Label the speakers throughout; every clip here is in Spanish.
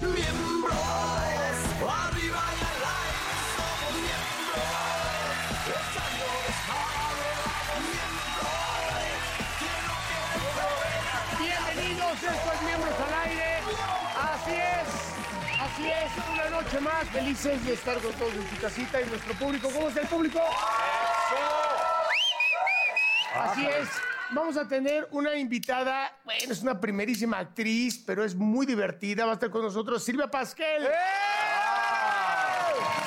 Speaker 1: Miembros, arriba y al aire somos miembros. El sabio dejado, miembros, quiero que me vean.
Speaker 2: Bienvenidos, esto es Miembros al Aire. Así es, así es, una noche más. Felices de estar con todos en su casita y nuestro público. ¿Cómo está el público? Así es. Vamos a tener una invitada, bueno, es una primerísima actriz, pero es muy divertida. Va a estar con nosotros Silvia Pasquel.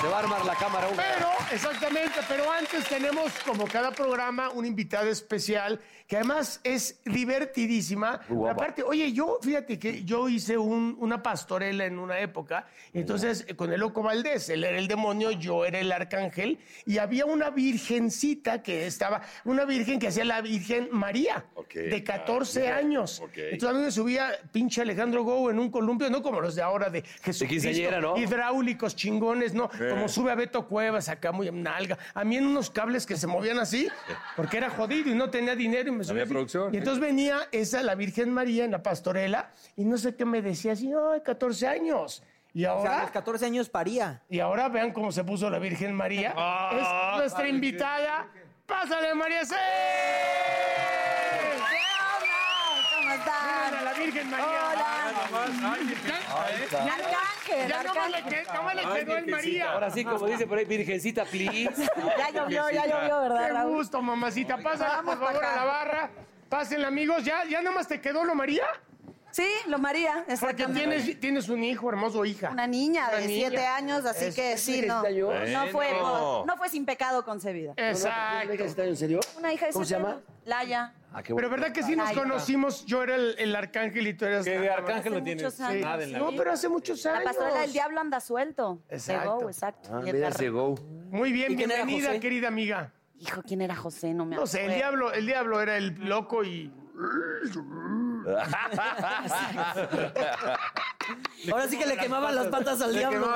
Speaker 3: Se va a armar la cámara un
Speaker 2: Pero, exactamente, pero antes tenemos como cada programa un invitado especial que además es divertidísima. Pero Aparte, oye, yo, fíjate que yo hice un- una pastorela en una época, y entonces eh, con el loco Valdés, él era el demonio, yo era el arcángel, y había una virgencita que estaba, una virgen que hacía la Virgen María,
Speaker 4: Ok.
Speaker 2: de 14 años.
Speaker 4: ok.
Speaker 2: Entonces a mí me subía pinche Alejandro Gou en un columpio, no como los de ahora de Jesús.
Speaker 3: quinceañera, ¿no?
Speaker 2: Hidráulicos, chingones, ¿no? Como sube a Beto Cuevas acá muy en nalga. A mí en unos cables que se movían así, porque era jodido y no tenía dinero y me subía.
Speaker 3: Había
Speaker 2: así.
Speaker 3: producción,
Speaker 2: Y entonces venía esa, la Virgen María en la pastorela, y no sé qué me decía así, ay, 14 años. Y
Speaker 5: O sea, a
Speaker 2: ahora,
Speaker 5: los 14 años paría.
Speaker 2: y ahora vean cómo se puso la Virgen María.
Speaker 1: Ah,
Speaker 2: es
Speaker 3: Ah,
Speaker 2: nuestra invitada. ¡Pásale, María C!
Speaker 6: ¿Qué onda? ¿Cómo
Speaker 2: Miren a
Speaker 6: están?
Speaker 2: la Virgen María.
Speaker 6: Hola.
Speaker 7: eh,
Speaker 2: Ya no-
Speaker 6: Arcángel,
Speaker 2: Ya no le,
Speaker 6: Arcángel.
Speaker 2: qued- nomás le quedó el María.
Speaker 3: Ahora sí, como dice por ahí, virgencita, please.
Speaker 6: Ya llovió, ya llovió, ¿verdad,
Speaker 2: Qué
Speaker 6: Raúl?
Speaker 2: gusto, mamacita. Pásala, por
Speaker 6: Vamos pa'
Speaker 2: favor, a
Speaker 6: acá.
Speaker 2: la barra. Pásenla, amigos. ¿Ya, ya nomás te quedó lo María?
Speaker 6: Sí, lo María,
Speaker 2: Porque
Speaker 6: exactamente.
Speaker 2: tienes, tienes un hijo, hermoso hija.
Speaker 6: Una niña
Speaker 2: Una
Speaker 6: de
Speaker 2: niña.
Speaker 6: 7 años, así
Speaker 2: Es-
Speaker 6: que
Speaker 2: es
Speaker 6: sí, no. No fue,
Speaker 4: Bueno.
Speaker 6: no fue sin pecado concebida.
Speaker 2: Exacto.
Speaker 3: ¿En serio?
Speaker 6: Una hija de
Speaker 3: ¿Cómo se
Speaker 6: siete
Speaker 3: llama?
Speaker 6: años. Laya.
Speaker 3: Ah, qué
Speaker 2: Pero
Speaker 3: bueno.
Speaker 2: ¿verdad que sí nos
Speaker 6: Ay, pa.
Speaker 2: conocimos? Yo era el, el arcángel y tú eras...
Speaker 3: Que de
Speaker 2: la-
Speaker 3: arcángel no
Speaker 6: Hace
Speaker 3: tienes
Speaker 6: muchos años.
Speaker 3: nada en la
Speaker 2: No,
Speaker 3: vida.
Speaker 2: pero hace muchos años.
Speaker 6: La pastorela del diablo anda suelto.
Speaker 2: Exacto.
Speaker 6: Llegó, exacto. Y el
Speaker 3: Ah, Mira,
Speaker 6: carro-
Speaker 3: se go.
Speaker 2: Muy bien,
Speaker 3: ¿Y quién era
Speaker 2: bienvenida,
Speaker 3: José?
Speaker 2: querida amiga.
Speaker 6: Hijo, ¿quién era José? No me acuerdo.
Speaker 2: No sé, el diablo, el diablo era el loco y...
Speaker 5: Ahora sí que le quemaban las patas al diablo.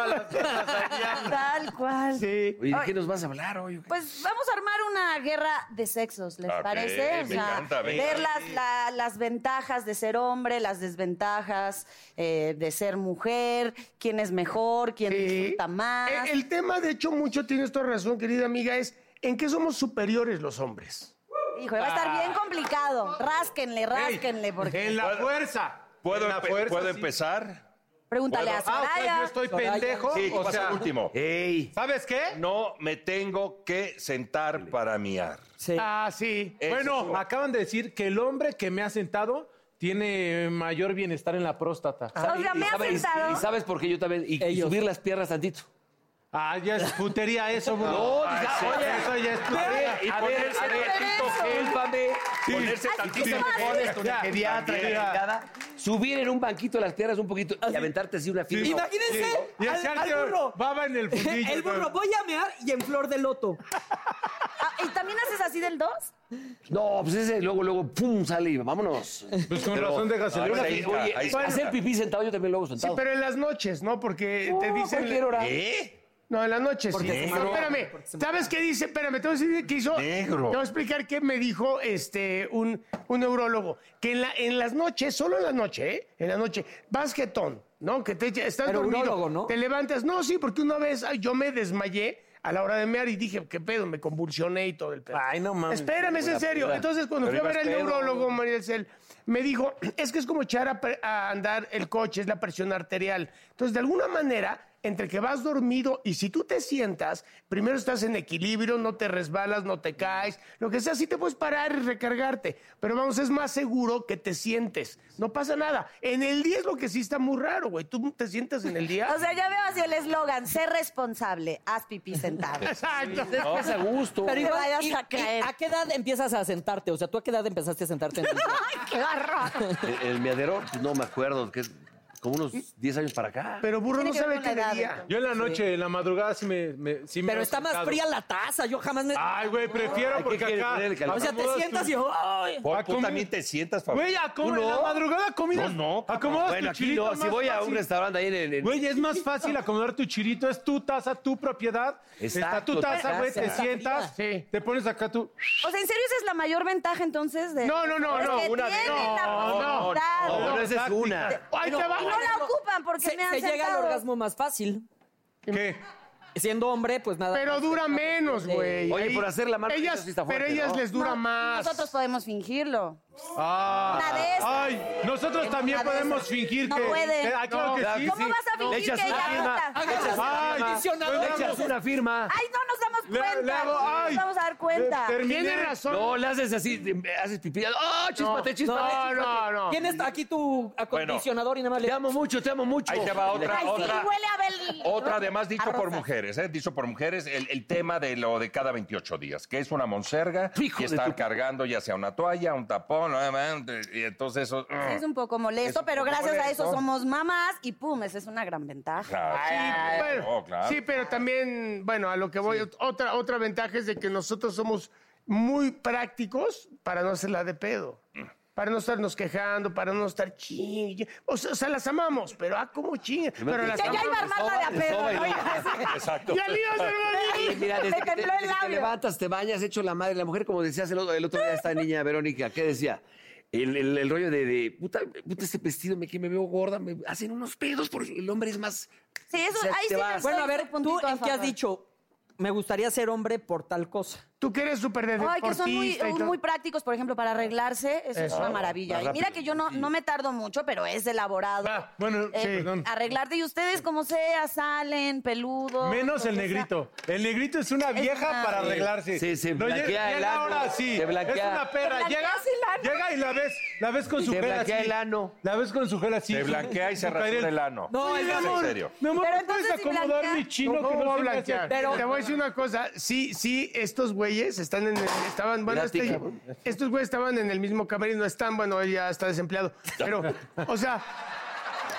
Speaker 6: Tal cual.
Speaker 2: Sí.
Speaker 3: Oye, ¿de qué nos vas a hablar hoy?
Speaker 6: Pues vamos a armar una guerra de sexos, ¿les
Speaker 4: Ok,
Speaker 6: parece?
Speaker 4: me encanta, venga.
Speaker 6: ver las, la- las ventajas de ser hombre, las desventajas eh, de ser mujer, quién es mejor, quién
Speaker 2: Sí.
Speaker 6: disfruta más.
Speaker 2: Eh, El tema, de hecho, mucho tienes toda razón, querida amiga, es en qué somos superiores los hombres.
Speaker 6: Hijo, va a estar bien complicado. Rásquenle, rásquenle, porque
Speaker 2: Ah. En
Speaker 4: ¿Puedo-
Speaker 2: fuerza.
Speaker 4: ¿Puedo,
Speaker 2: En la
Speaker 4: empe-
Speaker 2: fuerza,
Speaker 4: ¿puedo
Speaker 2: sí.
Speaker 4: empezar?
Speaker 6: pregúntale a
Speaker 2: Ah, o sea,
Speaker 6: Soraya.
Speaker 2: yo estoy
Speaker 5: Soraya.
Speaker 2: pendejo.
Speaker 4: Sí,
Speaker 2: o
Speaker 4: pasa
Speaker 2: sea,
Speaker 4: el último.
Speaker 3: ¡Ey!
Speaker 2: ¿Sabes qué?
Speaker 4: No me tengo que sentar para miar.
Speaker 5: Sí.
Speaker 2: Ah, sí.
Speaker 4: Eso es
Speaker 7: Bueno,
Speaker 4: un-
Speaker 7: acaban de decir que el hombre que me ha sentado tiene mayor bienestar en la próstata.
Speaker 2: Ah.
Speaker 6: O sea, me ha
Speaker 3: ¿Sabes?
Speaker 6: sentado.
Speaker 3: ¿Y sabes por qué yo también? Y, y
Speaker 5: Ellos.
Speaker 3: subir las piernas tantito.
Speaker 7: Ah, ya es putería eso, bro.
Speaker 3: Ay, sí.
Speaker 7: Oye, eso ya es putería.
Speaker 4: y
Speaker 3: a ver,
Speaker 4: ponerse
Speaker 3: a ver,
Speaker 4: tantito gel.
Speaker 3: Discúlpame.
Speaker 4: Ponerse
Speaker 6: Así
Speaker 4: tantito
Speaker 6: que
Speaker 4: gel.
Speaker 6: pasa.
Speaker 7: Ya,
Speaker 3: Pediatra,
Speaker 7: también.
Speaker 3: chingada. Subir en un banquito las piernas un poquito y aventarte así una firma.
Speaker 5: Imagínense
Speaker 7: Y
Speaker 5: al,
Speaker 7: ese
Speaker 5: al
Speaker 7: arte
Speaker 5: burro.
Speaker 7: baba en el fundillo.
Speaker 5: El burro, voy a mear y en flor de loto.
Speaker 6: Ah, ¿Y también haces así del 2?
Speaker 3: No, pues ese luego, luego, pum, sale y vámonos.
Speaker 7: Pues con razón dejas el
Speaker 4: Ahí
Speaker 7: burro.
Speaker 4: está, ahí está,
Speaker 3: Oye,
Speaker 4: ahí está.
Speaker 3: hacer pipí sentado, yo también lo hago
Speaker 2: Sí,
Speaker 3: sentado.
Speaker 2: pero en las noches, ¿no? Porque te dicen.
Speaker 3: cualquier hora.
Speaker 4: ¿Eh?
Speaker 2: No, en las noches. Sí.
Speaker 5: se
Speaker 2: No,
Speaker 5: madruga.
Speaker 2: espérame. ¿Sabes qué dice? Espérame, te voy a decir qué hizo.
Speaker 4: Negro.
Speaker 2: Te voy a explicar qué me dijo este, un, un neurólogo. Que en, la- en las noches, solo en la noche, ¿eh? En la noche, vas jetón, ¿no? Que te echa- estás
Speaker 5: Pero
Speaker 2: dormido.
Speaker 5: urólogo, ¿no?
Speaker 2: Te levantas. No, sí, porque una vez ay, yo me desmayé a la hora de mear y dije, ¿qué pedo? Me convulsioné y todo el pedo.
Speaker 7: Ay, no mames.
Speaker 2: Espérame, es en serio. Entonces, cuando
Speaker 7: Pero
Speaker 2: fui a ver
Speaker 7: ibas
Speaker 2: al
Speaker 7: pedo.
Speaker 2: neurólogo, María del Cel, me dijo, es que es como echar a, pre- a andar el coche, es la presión arterial. Entonces, de alguna manera, entre que vas dormido y si tú te sientas, primero estás en equilibrio, no te resbalas, no te caes, lo que sea, sí te puedes parar y recargarte. Pero vamos, es más seguro que te sientes. No pasa nada. En el día es lo que sí está muy raro, güey. Tú te sientas en el día.
Speaker 8: O sea, ya veo así el eslogan, sé responsable, haz pipí sentado.
Speaker 2: Exacto.
Speaker 3: No, es a gusto.
Speaker 8: Pero
Speaker 5: Pero
Speaker 8: igual,
Speaker 5: igual,
Speaker 8: vayas
Speaker 5: ¿y-
Speaker 8: a
Speaker 5: y
Speaker 8: caer.
Speaker 5: ¿a qué edad empiezas a sentarte? O sea, ¿tú a qué edad empezaste a sentarte? En el...
Speaker 8: ¡Ay, qué horror!
Speaker 3: El, el meadero, pues, no me acuerdo, que es como unos 10 años para acá.
Speaker 2: Pero burro
Speaker 8: Tiene
Speaker 2: no
Speaker 8: que ver
Speaker 2: sabe
Speaker 8: con
Speaker 2: qué
Speaker 8: la edad,
Speaker 2: día.
Speaker 8: entonces.
Speaker 7: Yo en la noche, en la madrugada, sí me. me- sí me
Speaker 5: Pero
Speaker 7: he
Speaker 5: está más
Speaker 7: sentado.
Speaker 5: fría la taza, yo jamás me...
Speaker 7: Ay, güey, prefiero
Speaker 3: Ay, ¿qué
Speaker 7: porque
Speaker 3: quiere
Speaker 7: acá.
Speaker 3: poner el calor?
Speaker 5: o sea, te
Speaker 7: acomodas
Speaker 5: sientas
Speaker 7: tu-
Speaker 5: y yo... ay.
Speaker 4: Por-
Speaker 7: Ah,
Speaker 4: ¿Tú
Speaker 7: ¿cómo?
Speaker 4: también te sientas, Fabio?
Speaker 7: Güey, acomoda
Speaker 4: ¿Tú
Speaker 7: en la
Speaker 4: no?
Speaker 7: madrugada
Speaker 4: No,
Speaker 7: comida.
Speaker 4: no, papá.
Speaker 7: Acomodas
Speaker 3: bueno,
Speaker 7: tu
Speaker 3: aquí
Speaker 7: chilito.
Speaker 3: no.
Speaker 7: es
Speaker 3: Si
Speaker 7: más
Speaker 3: voy a un
Speaker 7: fácil.
Speaker 3: restaurante ahí en. en-
Speaker 7: Güey, es más fácil acomodar tu chilito, es tu taza, tu propiedad.
Speaker 3: Exacto,
Speaker 7: está tu taza, güey, te
Speaker 3: taza.
Speaker 7: sientas,
Speaker 2: Sí.
Speaker 7: te pones acá tu...
Speaker 8: O sea, ¿en serio esa es la mayor ventaja entonces? De...
Speaker 2: No, no, no,
Speaker 8: Es
Speaker 2: no,
Speaker 8: que
Speaker 2: una
Speaker 8: tienen
Speaker 2: vez. No,
Speaker 8: la
Speaker 3: no, no,
Speaker 8: oportunidad.
Speaker 3: no, esa es
Speaker 7: no, ¡Oh, táctica.
Speaker 3: una.
Speaker 2: Ahí te va.
Speaker 8: Y no la ocupan porque
Speaker 5: Se,
Speaker 8: me han
Speaker 5: se llega al
Speaker 8: sentado.
Speaker 5: orgasmo más fácil.
Speaker 7: ¿Qué?
Speaker 5: Siendo hombre, pues nada.
Speaker 2: Pero
Speaker 5: más.
Speaker 2: dura menos, güey.
Speaker 3: Oye,
Speaker 2: Ahí-
Speaker 3: por hacer la mano,
Speaker 2: Ellas,
Speaker 3: eso sí está fuerte,
Speaker 2: pero ellas
Speaker 3: ¿no?
Speaker 2: les dura
Speaker 8: No,
Speaker 2: más.
Speaker 8: Nosotros podemos fingirlo.
Speaker 7: Ah.
Speaker 8: Una de esas.
Speaker 7: Ay, nosotros también
Speaker 8: Una de
Speaker 7: podemos
Speaker 8: esas.
Speaker 7: fingir
Speaker 8: No
Speaker 7: que...
Speaker 8: pueden.
Speaker 7: que- ah, claro
Speaker 2: No.
Speaker 7: que sí,
Speaker 8: ¿Cómo
Speaker 7: sí.
Speaker 8: vas a fingir
Speaker 3: echas
Speaker 8: que
Speaker 3: una
Speaker 8: ella
Speaker 3: firma.
Speaker 8: vota?
Speaker 7: Ay,
Speaker 5: Aficionado.
Speaker 7: le
Speaker 3: Echas
Speaker 7: echas
Speaker 3: una firma.
Speaker 8: Ay, no nos damos
Speaker 7: Le-
Speaker 8: cuenta.
Speaker 7: le hago,
Speaker 8: no
Speaker 7: ay.
Speaker 8: nos vamos a
Speaker 1: eh,
Speaker 8: dar cuenta.
Speaker 7: Ter-
Speaker 2: Tiene
Speaker 7: Terminé.
Speaker 2: razón.
Speaker 3: No, le haces así, te- haces pipí.
Speaker 1: ¡Oh,
Speaker 3: ¡Ah, chispate, chispate!
Speaker 2: No,
Speaker 3: chispate!
Speaker 2: no, no.
Speaker 5: Tienes aquí tu acondicionador y nada más
Speaker 3: Te
Speaker 5: le...
Speaker 3: amo mucho, te amo mucho.
Speaker 4: Ahí te va otra,
Speaker 8: Ay,
Speaker 4: otra.
Speaker 8: sí, huele a Bel...
Speaker 4: Otra, además, dicho
Speaker 8: a
Speaker 4: por
Speaker 8: rosa.
Speaker 4: mujeres, ¿eh? Dicho por mujeres, el, el tema de lo de cada 28 días, que es una monserga
Speaker 3: Hijo
Speaker 4: y
Speaker 3: de
Speaker 4: estar
Speaker 3: tu-
Speaker 4: cargando ya sea una toalla, un tapón, ¿eh? y entonces eso... mm.
Speaker 8: Sí, Es un poco molesto,
Speaker 4: Es un
Speaker 8: pero
Speaker 4: poco
Speaker 8: gracias a
Speaker 4: molesto.
Speaker 8: eso somos mamás y pum, esa es una gran ventaja.
Speaker 4: Claro.
Speaker 2: Sí, bueno,
Speaker 4: no, claro.
Speaker 2: sí, pero también, bueno, a lo que voy, otra, otra ventaja es de que nosotros somos muy prácticos para no hacerla de pedo. Para no estarnos quejando, para no estar ching. O sea, o sea, las amamos, pero ah, cómo ching. Pero las
Speaker 8: Que ya iba a
Speaker 2: amamos.
Speaker 8: armarla de a pedo. ¿no?
Speaker 4: Exacto.
Speaker 2: ¡Ya líos, hermano!
Speaker 3: Mira, desde
Speaker 8: Me
Speaker 3: que,
Speaker 8: tembló el
Speaker 3: te, desde que te
Speaker 8: labio.
Speaker 3: levantas, te bañas, hecho la madre. La mujer, como decías el otro, el otro día, esta niña Verónica, ¿qué decía? El, el- el rollo de, de, puta, puta, ese vestido me, que me veo gorda, me hacen unos pedos porque el hombre es más.
Speaker 8: Sí, eso,
Speaker 3: Se
Speaker 8: ahí sí
Speaker 3: te
Speaker 8: me
Speaker 3: va.
Speaker 8: estoy
Speaker 5: Bueno, a
Speaker 8: un
Speaker 5: ver,
Speaker 8: puntito
Speaker 5: ¿tú
Speaker 8: a
Speaker 5: en qué has
Speaker 8: favor.
Speaker 5: dicho? Me gustaría ser hombre por tal cosa.
Speaker 2: Tú que eres súper de
Speaker 8: Ay, que son muy,
Speaker 2: deportista y todo.
Speaker 8: muy prácticos, por ejemplo, para arreglarse, eso, es una maravilla. Y mira que yo no, no me tardo mucho, pero es elaborado. Eh,
Speaker 7: Ah, bueno, sí, perdón.
Speaker 8: Arreglarte y ustedes, como sea, salen peludos.
Speaker 7: Menos
Speaker 8: lo
Speaker 7: el
Speaker 8: que sea.
Speaker 7: negrito. El negrito es una vieja
Speaker 8: una-
Speaker 7: para
Speaker 8: Sí,
Speaker 7: arreglarse.
Speaker 3: sí, se
Speaker 7: lle-
Speaker 3: blanquea el
Speaker 7: llega
Speaker 3: ano,
Speaker 7: ahora sí.
Speaker 3: se blanquea.
Speaker 7: Es una pera.
Speaker 8: Se blanquea
Speaker 7: Llega,
Speaker 8: así el ano.
Speaker 7: llega y la ves, la ves con su
Speaker 3: Se
Speaker 7: gel
Speaker 3: blanquea
Speaker 7: así.
Speaker 3: el ano.
Speaker 7: La ves con su gel así.
Speaker 4: Se
Speaker 7: su-
Speaker 4: blanquea y
Speaker 7: su
Speaker 4: se rasura
Speaker 7: caril.
Speaker 4: el ano.
Speaker 5: No,
Speaker 4: es
Speaker 5: el
Speaker 4: en
Speaker 5: amor.
Speaker 4: serio.
Speaker 7: Mi amor,
Speaker 8: Pero
Speaker 7: ¿me puedes
Speaker 8: entonces, si
Speaker 7: acomodar
Speaker 8: blanquea-
Speaker 7: mi chino
Speaker 2: ¿Cómo
Speaker 7: que no
Speaker 2: va a
Speaker 7: se me hace-
Speaker 2: blanquear?
Speaker 5: Pero-
Speaker 2: Te voy a decir una cosa. Sí, sí, estos güeyes están en el, estaban, bueno,
Speaker 3: Mira a ti,
Speaker 2: este-
Speaker 3: cabrón.
Speaker 2: estos güeyes estaban en el mismo camerino, están, bueno, él ya está desempleado, pero, o sea,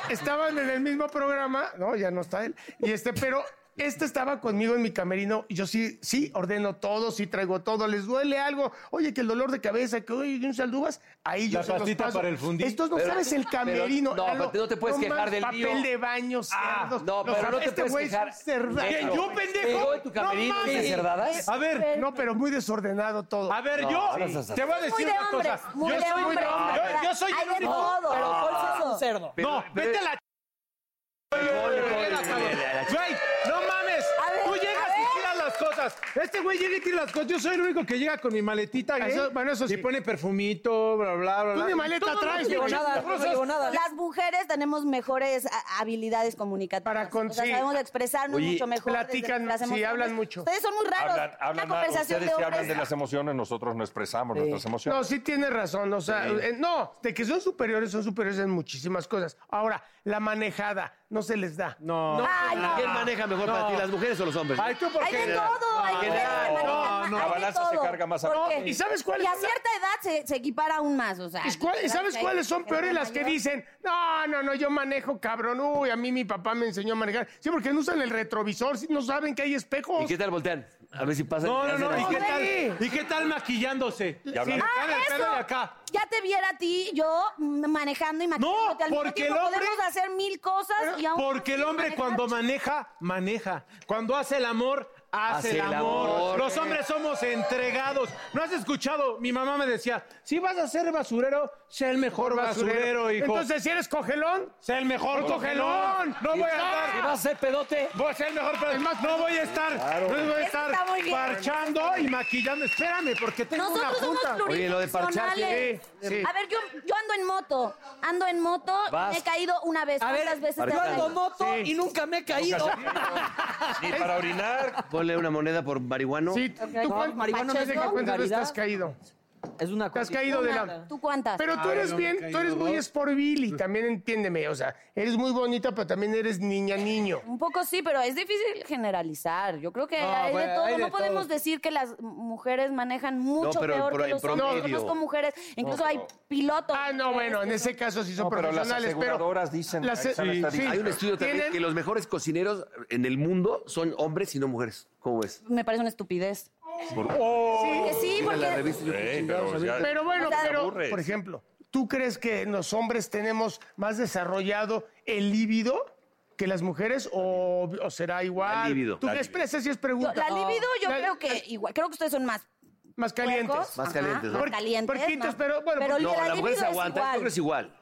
Speaker 2: estaban en el mismo programa, no, ya no está él, y este, pero este estaba conmigo en mi camerino, y yo sí, sí, ordeno todo, sí traigo todo, les duele algo, oye, que el dolor de cabeza, que oye, un saldubas, ahí yo
Speaker 7: La
Speaker 2: se los
Speaker 7: pastita
Speaker 2: paso.
Speaker 7: para el fundí.
Speaker 2: Estos no
Speaker 3: Pero-
Speaker 2: sabes el
Speaker 3: pero-
Speaker 2: camerino.
Speaker 3: no,
Speaker 2: Lalo,
Speaker 3: pero no te puedes
Speaker 2: toman
Speaker 3: quejar del
Speaker 2: papel
Speaker 3: mío. Ah,
Speaker 2: de baño, cerdos.
Speaker 3: No,
Speaker 2: los-
Speaker 3: pero no te
Speaker 2: este
Speaker 3: puedes
Speaker 2: güey es un
Speaker 3: quejar.
Speaker 2: cerdazo.
Speaker 3: Negro.
Speaker 2: ¿Yo, pendejo?
Speaker 3: Llegó en tu camerino eh?
Speaker 2: no
Speaker 3: de
Speaker 2: mames.
Speaker 3: cerdadas?
Speaker 7: A ver,
Speaker 2: No, pero muy desordenado todo.
Speaker 7: a ver,
Speaker 3: No,
Speaker 7: yo
Speaker 3: sí.
Speaker 7: te voy a
Speaker 8: Muy
Speaker 7: decir
Speaker 8: de
Speaker 7: una
Speaker 8: hombres,
Speaker 7: cosa.
Speaker 8: muy
Speaker 7: yo
Speaker 8: de
Speaker 7: soy,
Speaker 8: hombres,
Speaker 7: no,
Speaker 8: hombre,
Speaker 7: yo-
Speaker 8: ¿verdad?
Speaker 7: yo soy
Speaker 8: Hay
Speaker 7: el
Speaker 8: de
Speaker 7: único.
Speaker 8: todo.
Speaker 5: Pero Paul es un cerdo.
Speaker 7: No,
Speaker 3: pero-
Speaker 7: vete a la. Güey, no mames.
Speaker 8: A ver,
Speaker 7: Tú
Speaker 8: a ver.
Speaker 7: llegas y tiras las cosas. Este güey llega y tira las cosas. Yo soy el único que llega con mi maletita. gay
Speaker 2: Ah, Eso- bueno, eso sí.
Speaker 7: Y pone perfumito, bla, bla, bla.
Speaker 2: Tú
Speaker 7: bla.
Speaker 2: ni maleta
Speaker 7: Todo
Speaker 2: traes,
Speaker 7: lo que
Speaker 5: No
Speaker 2: güey.
Speaker 7: llevo,
Speaker 5: nada, no
Speaker 7: cosas.
Speaker 5: digo nada.
Speaker 8: Las mujeres tenemos mejores a- habilidades comunicativas.
Speaker 2: Para con-
Speaker 8: O sea,
Speaker 2: sí.
Speaker 8: sabemos expresarnos
Speaker 3: Oye,
Speaker 8: mucho mejor. desde
Speaker 2: platican,
Speaker 8: las
Speaker 2: sí,
Speaker 8: emociones.
Speaker 2: hablan mucho.
Speaker 8: Ustedes son muy raros.
Speaker 4: Hablan, hablan
Speaker 8: Una
Speaker 4: más,
Speaker 8: conversación
Speaker 4: ustedes
Speaker 8: de
Speaker 4: sí
Speaker 8: hombres.
Speaker 4: hablan de las emociones, nosotros no expresamos nuestras
Speaker 2: No,
Speaker 4: emociones.
Speaker 2: sí tienes razón. O sea, eh, no, de que son superiores, son superiores en muchísimas cosas. Ahora, la manejada no se les da.
Speaker 7: No.
Speaker 8: Ay, no.
Speaker 3: Ah, ¿Quién maneja mejor para ti, las mujeres o los hombres?
Speaker 7: Ay, tú por
Speaker 8: Hay
Speaker 7: qué.
Speaker 8: de todo, hay mujeres que manejan más,
Speaker 4: no,
Speaker 8: hay
Speaker 4: la
Speaker 8: de
Speaker 4: balanza se
Speaker 8: todo.
Speaker 4: carga más a-
Speaker 8: ¿Por
Speaker 4: No,
Speaker 8: qué?
Speaker 2: ¿y sabes cuál
Speaker 8: Y
Speaker 2: es
Speaker 8: a
Speaker 2: la-
Speaker 8: cierta edad se, se equipara aún más, o sea.
Speaker 2: ¿Y cuál- y sabes
Speaker 8: hay
Speaker 2: cuáles son
Speaker 8: gente
Speaker 2: peores las que
Speaker 8: mayor?
Speaker 2: dicen? No, no, no, yo manejo, cabrón. Uy, a mí mi papá me enseñó a manejar. Sí, porque no usan el retrovisor, sí, no saben que hay espejos.
Speaker 3: ¿Y qué tal voltean? A ver si pasa.
Speaker 7: No, no, no. ¿Y qué
Speaker 2: Hombre.
Speaker 7: tal, ¿y qué tal maquillándose?
Speaker 4: Ya hablamos.
Speaker 7: Sí, dale,
Speaker 8: Ah, Eso,
Speaker 7: dale acá.
Speaker 8: Ya te viera a ti, yo mm, manejando y maquillándote al mismo
Speaker 7: porque el
Speaker 8: tiempo.
Speaker 7: hombre-
Speaker 8: Podemos hacer mil cosas y aún
Speaker 7: Porque el hombre
Speaker 8: manejar.
Speaker 7: cuando maneja, maneja. Cuando hace el amor, hace el amor. Los hombres somos entregados. ¿No has escuchado? Mi mamá me decía, si vas a ser basurero, sé el mejor basurero, hijo.
Speaker 2: Entonces, si eres cogelón,
Speaker 7: sé el mejor
Speaker 2: ¡Por
Speaker 7: cogelón.
Speaker 2: cogelón!
Speaker 7: No voy a estar...
Speaker 5: ¿Y vas a ser pedote?
Speaker 7: Voy a ser el mejor, pero no voy a estar, no voy a estar
Speaker 6: está muy bien.
Speaker 7: parchando y maquillando. Espérame, porque tengo
Speaker 8: Nosotros
Speaker 7: una
Speaker 8: somos
Speaker 7: junta.
Speaker 3: Oye, lo de parchar,
Speaker 8: plurifuncionales.
Speaker 2: sí, sí.
Speaker 8: A ver, yo, yo ando en moto. Ando en moto.
Speaker 3: Vas.
Speaker 8: Me he caído una vez.
Speaker 5: A ver,
Speaker 8: ¿Cuántas veces te
Speaker 5: yo
Speaker 8: has
Speaker 5: ando
Speaker 8: caído?
Speaker 5: moto y nunca me he caído.
Speaker 4: Ni para orinar.
Speaker 3: Ponle una moneda por marihuano.
Speaker 2: sí, tú cuántas marihuana no sé
Speaker 8: Pacheco,
Speaker 2: qué cuántas veces te has
Speaker 5: barbaridad.
Speaker 2: caído.
Speaker 5: Es una
Speaker 2: Te has caído de la...
Speaker 8: Una. ¿Tú cuántas?
Speaker 2: Pero tú eres
Speaker 7: no,
Speaker 2: bien,
Speaker 7: me he
Speaker 2: tú eres
Speaker 7: caído
Speaker 2: muy
Speaker 7: dos.
Speaker 2: sportville y también entiéndeme, o sea, eres muy bonita, pero también eres niña niño.
Speaker 8: Un poco sí, pero es difícil generalizar. Yo creo que
Speaker 7: No,
Speaker 8: hay
Speaker 3: pues,
Speaker 7: bueno,
Speaker 8: de todo.
Speaker 7: hay de
Speaker 8: no podemos
Speaker 7: todo.
Speaker 8: decir que las mujeres manejan mucho
Speaker 3: pero en
Speaker 8: peor
Speaker 3: pro-
Speaker 8: que
Speaker 3: en
Speaker 8: los hombres.
Speaker 3: promedio.
Speaker 8: Conozco mujeres, incluso hay pilotos.
Speaker 2: Ah, no, bueno, en ese caso sí son
Speaker 4: No, pero las
Speaker 2: profesionales, pero...
Speaker 4: aseguradoras dicen.
Speaker 2: las-
Speaker 4: ahí están
Speaker 2: sí,
Speaker 4: las
Speaker 2: sí.
Speaker 4: estadísticas.
Speaker 3: Hay un estudio también
Speaker 2: Tienen-
Speaker 3: que los mejores cocineros en el mundo son hombres y no mujeres. ¿Cómo es?
Speaker 8: Me parece una estupidez.
Speaker 2: Oh.
Speaker 8: Que sí,
Speaker 3: Mira la
Speaker 8: porque
Speaker 3: revista, yo, qué
Speaker 4: Sí,
Speaker 3: chingados,
Speaker 4: Oh. pero,
Speaker 3: ahorita.
Speaker 4: ya-
Speaker 2: Pero bueno,
Speaker 4: O sea,
Speaker 2: pero,
Speaker 4: aburres.
Speaker 2: por ejemplo, ¿tú crees que los hombres tenemos más desarrollado el líbido que las mujeres o, o será igual?
Speaker 3: La libido,
Speaker 2: ¿Tú
Speaker 3: la
Speaker 2: qué
Speaker 3: libido.
Speaker 2: expresas si es
Speaker 8: yo-
Speaker 2: pregunta?
Speaker 8: la libido yo
Speaker 2: La-
Speaker 8: creo que igual. Creo que ustedes son más
Speaker 2: Más calientes.
Speaker 8: puercos,
Speaker 3: Más calientes,
Speaker 8: ajá,
Speaker 3: ¿no?
Speaker 8: más calientes,
Speaker 2: Puerquitos,
Speaker 8: más-
Speaker 2: pero bueno,
Speaker 8: Pero
Speaker 3: No,
Speaker 8: la
Speaker 3: la mujer
Speaker 8: libido
Speaker 3: se
Speaker 8: es
Speaker 3: aguanta, el
Speaker 8: igual.
Speaker 3: hombre es igual.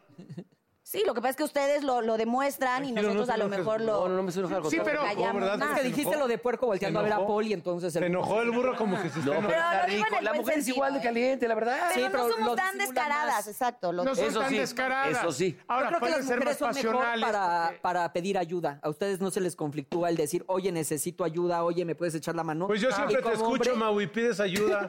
Speaker 8: Sí, lo que pasa es que ustedes lo, lo demuestran y
Speaker 7: Tranquilo,
Speaker 8: nosotros
Speaker 7: no
Speaker 8: a
Speaker 7: te
Speaker 8: lo
Speaker 7: enojes.
Speaker 8: mejor lo...
Speaker 3: No, no, no me estoy enojando.
Speaker 2: Sí, pero-
Speaker 8: callamos
Speaker 7: ¿Cómo, verdad?
Speaker 8: más.
Speaker 5: Es que dijiste lo de puerco volteando a ver a Poli, entonces...
Speaker 7: Se
Speaker 5: El...
Speaker 7: enojó el burro como que se está
Speaker 3: No,
Speaker 7: enojando.
Speaker 3: pero está
Speaker 8: lo digo en
Speaker 3: rico.
Speaker 8: el
Speaker 3: La
Speaker 8: buen
Speaker 3: mujer es
Speaker 8: sentido,
Speaker 3: igual de
Speaker 8: ¿eh?
Speaker 3: caliente, la verdad.
Speaker 8: Pero
Speaker 5: Sí, pero
Speaker 8: no
Speaker 5: lo
Speaker 8: somos tan
Speaker 5: disimulan
Speaker 8: descaradas,
Speaker 5: más.
Speaker 8: exacto. lo-
Speaker 2: No son
Speaker 3: Eso
Speaker 2: tan
Speaker 3: sí,
Speaker 2: descaradas.
Speaker 3: eso sí.
Speaker 2: Ahora,
Speaker 5: Yo creo que
Speaker 2: pueden
Speaker 5: las
Speaker 2: ser más
Speaker 5: mujeres son mejor
Speaker 2: pasionales.
Speaker 5: para, para pedir ayuda. A ustedes no se les conflictúa el decir, oye, necesito ayuda, oye, ¿me puedes echar la mano? Ah,
Speaker 7: Pues yo
Speaker 5: Y
Speaker 7: siempre te
Speaker 5: como
Speaker 7: escucho,
Speaker 5: hombre- ah,
Speaker 7: Mau, y pides ayuda.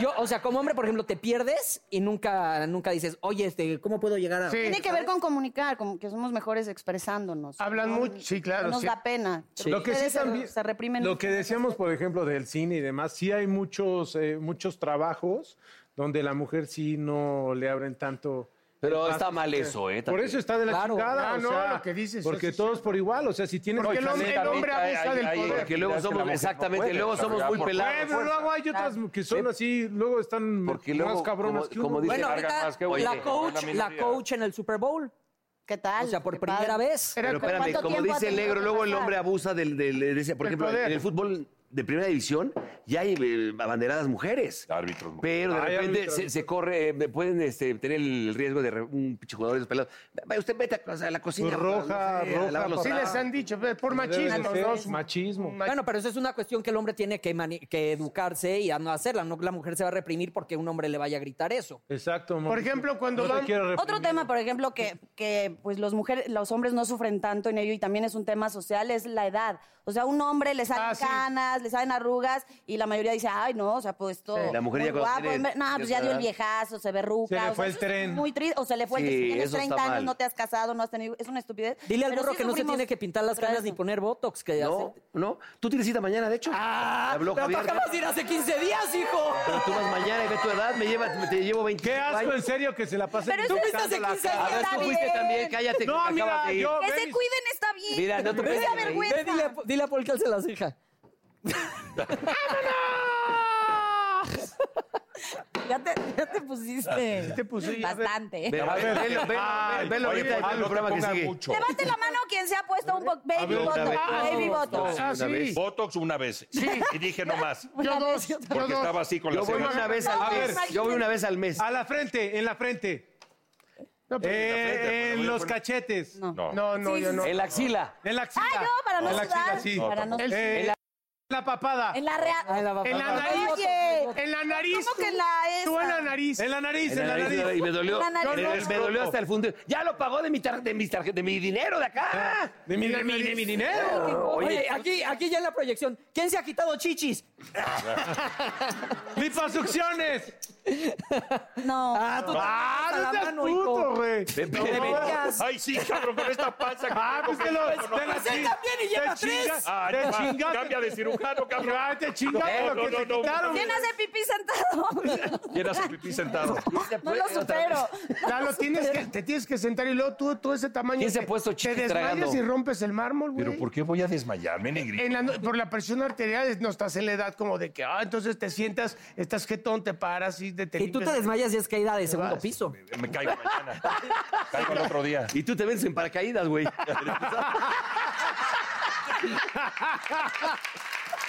Speaker 5: Yo, o sea, como hombre, por ejemplo, te pierdes y nunca, nunca dices, oye, este, ¿cómo puedo llegar a...?
Speaker 2: Sí.
Speaker 8: Tiene que ver con comunicar, como que somos mejores expresándonos.
Speaker 2: Hablan
Speaker 8: No-
Speaker 2: mucho, sí, claro,
Speaker 8: no Nos
Speaker 2: sí.
Speaker 8: da pena.
Speaker 7: Lo que sí
Speaker 8: Ustedes se-
Speaker 7: también-
Speaker 8: se reprimen.
Speaker 7: Lo
Speaker 8: mucho.
Speaker 7: que decíamos, por ejemplo, del cine y demás, sí hay muchos, eh, muchos trabajos donde la mujer sí no le abren tanto.
Speaker 3: Pero
Speaker 7: el
Speaker 3: está
Speaker 7: paso.
Speaker 3: mal eso, ¿eh?
Speaker 7: Por
Speaker 3: También.
Speaker 7: eso está de la
Speaker 5: Claro.
Speaker 7: chingada.
Speaker 2: Ah,
Speaker 7: o
Speaker 2: no,
Speaker 7: sea,
Speaker 2: lo que dices,
Speaker 7: Porque
Speaker 2: eso sí.
Speaker 7: todos por igual, o sea, si tienes
Speaker 2: Porque el
Speaker 7: chance-
Speaker 2: hombre- el hombre
Speaker 4: Ahorita
Speaker 2: abusa del poder.
Speaker 3: Porque luego
Speaker 4: actividades que la
Speaker 3: somos-
Speaker 4: mujer no
Speaker 3: exactamente,
Speaker 4: puede,
Speaker 3: luego
Speaker 4: o sea,
Speaker 3: somos
Speaker 4: ya
Speaker 3: muy
Speaker 4: por-
Speaker 3: pelados.
Speaker 7: Güey, pero luego hay otras que son así, luego están
Speaker 3: Porque
Speaker 7: más
Speaker 3: luego,
Speaker 7: cabronas
Speaker 3: como-
Speaker 7: que uno.
Speaker 3: como dice-
Speaker 5: Bueno,
Speaker 4: Cargan
Speaker 5: ahorita
Speaker 4: más que
Speaker 5: la
Speaker 4: oye,
Speaker 5: coach,
Speaker 4: la
Speaker 5: la
Speaker 4: minoría.
Speaker 5: coach en el Super Bowl.
Speaker 8: ¿Qué tal?
Speaker 5: O sea, por
Speaker 8: Qué
Speaker 5: primera
Speaker 8: padre.
Speaker 5: vez.
Speaker 2: Era
Speaker 3: Pero
Speaker 2: como-
Speaker 3: espérame,
Speaker 8: ¿Cuánto
Speaker 3: como
Speaker 8: tiempo ha
Speaker 3: dice el
Speaker 8: tenido
Speaker 3: negro,
Speaker 8: que
Speaker 3: luego el
Speaker 8: pasar?
Speaker 3: hombre abusa del, del- de ese. Por
Speaker 2: Del
Speaker 3: ejemplo,
Speaker 2: poder.
Speaker 3: en el fútbol de primera división ya hay eh, abanderadas mujeres.
Speaker 4: Árbitros. mujeres.
Speaker 3: Pero de
Speaker 7: Hay
Speaker 3: repente
Speaker 7: árbitros.
Speaker 3: se, se corre, eh, pueden este, tener el riesgo de re- un pinche jugador de esos pelados. Vaya, Usted vete a, a la cocina.
Speaker 7: Pues Roja,
Speaker 3: no sé, a
Speaker 7: roja,
Speaker 3: lavar los-
Speaker 2: Sí
Speaker 7: papá.
Speaker 2: les han dicho, pero por machismo,
Speaker 7: Debe de
Speaker 2: ¿no?
Speaker 7: ser Machismo.
Speaker 5: Bueno, pero eso es una cuestión que el hombre tiene que, mani- que educarse y a no hacerla. No que la mujer se va a reprimir porque un hombre le vaya a gritar eso.
Speaker 7: Exacto. Mauricio.
Speaker 2: Por ejemplo, cuando
Speaker 7: No te
Speaker 2: van-
Speaker 7: quiero
Speaker 8: Otro
Speaker 7: reprimir.
Speaker 8: tema, por ejemplo, que, que pues los mujeres, los hombres no sufren tanto en ello y también es un tema social, es la edad. O sea, un hombre le salen
Speaker 2: Ah, sí.
Speaker 8: canas, le salen arrugas y la mayoría dice, ay, no, se ha puesto
Speaker 3: Sí, la mujer
Speaker 8: muy
Speaker 3: ya cuando
Speaker 8: guapo,
Speaker 3: tiene
Speaker 8: hombre". No, pues ya dio el
Speaker 3: cierta edad.
Speaker 8: viejazo, se ve ruca.
Speaker 7: Se le
Speaker 8: o sea,
Speaker 7: fue el
Speaker 8: eso es
Speaker 7: tren.
Speaker 8: Muy triste. O se le fue el
Speaker 3: Sí,
Speaker 8: tren. Si tienes
Speaker 3: eso está
Speaker 8: 30 años,
Speaker 3: mal.
Speaker 8: no te has casado, no has tenido... Es una estupidez.
Speaker 5: Dile al
Speaker 8: Pero
Speaker 5: burro
Speaker 8: sí
Speaker 5: que no se
Speaker 8: sufrimos
Speaker 5: tiene que pintar las
Speaker 8: por
Speaker 5: canas
Speaker 8: eso.
Speaker 5: ni poner botox. Que
Speaker 3: No,
Speaker 5: hace-
Speaker 3: no. ¿Tú tienes cita mañana, de hecho?
Speaker 5: ¡Ah!
Speaker 3: Habló
Speaker 5: pero tú
Speaker 3: Javier.
Speaker 5: acabas de ir hace 15 días, hijo.
Speaker 3: Pero tú vas mañana y ve tu edad, me lleva, te llevo 20.
Speaker 7: Qué asco, en serio, que se la pasen.
Speaker 8: Pero eso
Speaker 5: Tú fuiste
Speaker 8: está
Speaker 5: hace
Speaker 8: bien.
Speaker 5: 15
Speaker 3: A
Speaker 5: años.
Speaker 3: ver,
Speaker 8: Está
Speaker 3: tú fuiste
Speaker 8: bien.
Speaker 3: también, cállate.
Speaker 7: No,
Speaker 3: que te acabas
Speaker 7: mira,
Speaker 3: de ir.
Speaker 7: yo.
Speaker 8: Que
Speaker 7: ve
Speaker 8: se
Speaker 7: mis-
Speaker 8: cuiden está bien.
Speaker 3: Mira, no te
Speaker 8: Pero
Speaker 3: puedes
Speaker 8: esa
Speaker 3: reír.
Speaker 8: vergüenza.
Speaker 5: Ve, dile, a- dile a Paul que alce las cejas.
Speaker 8: Ya te, ya te
Speaker 7: Ah,
Speaker 8: pusiste.
Speaker 2: te puse, ya ves.
Speaker 8: Bastante.
Speaker 3: Ve, a ver, velo, velo, velo,
Speaker 7: Ay,
Speaker 3: velo
Speaker 4: Oye,
Speaker 3: ahorita
Speaker 4: Paul,
Speaker 3: en el
Speaker 4: no te
Speaker 3: programa que
Speaker 4: pongas
Speaker 3: sigue.
Speaker 4: mucho.
Speaker 8: Levante la mano quien se ha puesto un bo- baby
Speaker 3: ver, una
Speaker 8: bottom.
Speaker 3: vez.
Speaker 8: Baby bottom.
Speaker 2: Ah,
Speaker 3: Una
Speaker 2: sí.
Speaker 3: vez.
Speaker 4: Botox una vez. Y dije no más.
Speaker 2: Yo dos, yo
Speaker 4: Porque
Speaker 2: dos.
Speaker 4: estaba así con la
Speaker 3: Yo voy
Speaker 4: ceja.
Speaker 3: una vez
Speaker 8: No,
Speaker 3: al mes.
Speaker 8: imagínate.
Speaker 3: Yo voy una vez al mes.
Speaker 7: A la frente, en la frente.
Speaker 2: No, pero-
Speaker 7: Eh,
Speaker 4: frente,
Speaker 7: en
Speaker 4: bueno,
Speaker 7: los
Speaker 4: bueno.
Speaker 7: cachetes.
Speaker 4: No.
Speaker 2: no, no,
Speaker 8: Sí,
Speaker 2: yo
Speaker 8: sí,
Speaker 2: no.
Speaker 3: En la axila.
Speaker 7: En la axila.
Speaker 8: Ay, no, para no
Speaker 7: En la
Speaker 8: sudar.
Speaker 7: axila, sí.
Speaker 8: Para no
Speaker 7: Eh, en, la... papada.
Speaker 8: En la real.
Speaker 2: En la nariz. En la nariz.
Speaker 8: ¿Cómo que la
Speaker 2: Tú en
Speaker 8: esa?
Speaker 2: la nariz.
Speaker 7: En la nariz, en,
Speaker 3: En la nariz, Y me dolió.
Speaker 8: En la nariz.
Speaker 3: Me-
Speaker 8: Yo no.
Speaker 3: Me dolió hasta el fondo. Ya lo pagó de mi tar- de mis tarjetas, de mi dinero de acá.
Speaker 7: De mi, de mi- de mi dinero.
Speaker 5: Oye, aquí, aquí ya en la proyección. ¿Quién se ha quitado chichis?
Speaker 7: ¡Liposucciones!
Speaker 8: No.
Speaker 5: Ah, tú
Speaker 7: ¡Ah,
Speaker 5: te
Speaker 7: no
Speaker 5: la
Speaker 7: seas
Speaker 5: mano,
Speaker 7: puto,
Speaker 5: hijo.
Speaker 7: güey!
Speaker 3: Ve- ve- ve-
Speaker 4: Ay, sí, cabrón, con esta panza. que
Speaker 7: ¡Ah,
Speaker 4: tengo,
Speaker 7: pues que lo...
Speaker 4: no, no,
Speaker 7: te la
Speaker 4: no.
Speaker 7: chin-
Speaker 5: también y
Speaker 7: te
Speaker 5: lleva tres.
Speaker 7: chingas-
Speaker 4: Ah,
Speaker 7: te
Speaker 4: no, va,
Speaker 7: chingas-
Speaker 4: Cambia de cirujano, cabrón.
Speaker 7: Ah, te chingaste
Speaker 4: No,
Speaker 7: lo que
Speaker 4: no,
Speaker 7: te
Speaker 4: no, no.
Speaker 7: quitaron.
Speaker 8: ¿Quién hace pipí sentado?
Speaker 4: Llena su pipí sentado.
Speaker 8: No lo supero.
Speaker 2: Lalo, tienes que, te tienes que sentar y luego tú, todo ese tamaño.
Speaker 3: ¿Quién se
Speaker 2: te-
Speaker 3: ha puesto
Speaker 2: Te
Speaker 3: chichis
Speaker 2: desmayas
Speaker 3: tragando?
Speaker 2: y rompes el mármol, güey.
Speaker 4: Pero ¿por qué voy a desmayarme, negrito?
Speaker 2: En la no- por la presión arterial es- no estás en la edad como de que, ah, entonces te sientas, estás jetón, te paras y te, te
Speaker 5: Y tú te
Speaker 2: limpias.
Speaker 5: desmayas y es caída de segundo
Speaker 2: vas.
Speaker 5: piso.
Speaker 4: Me caigo mañana. Caigo el otro día.
Speaker 3: Y tú te vences en paracaídas, güey.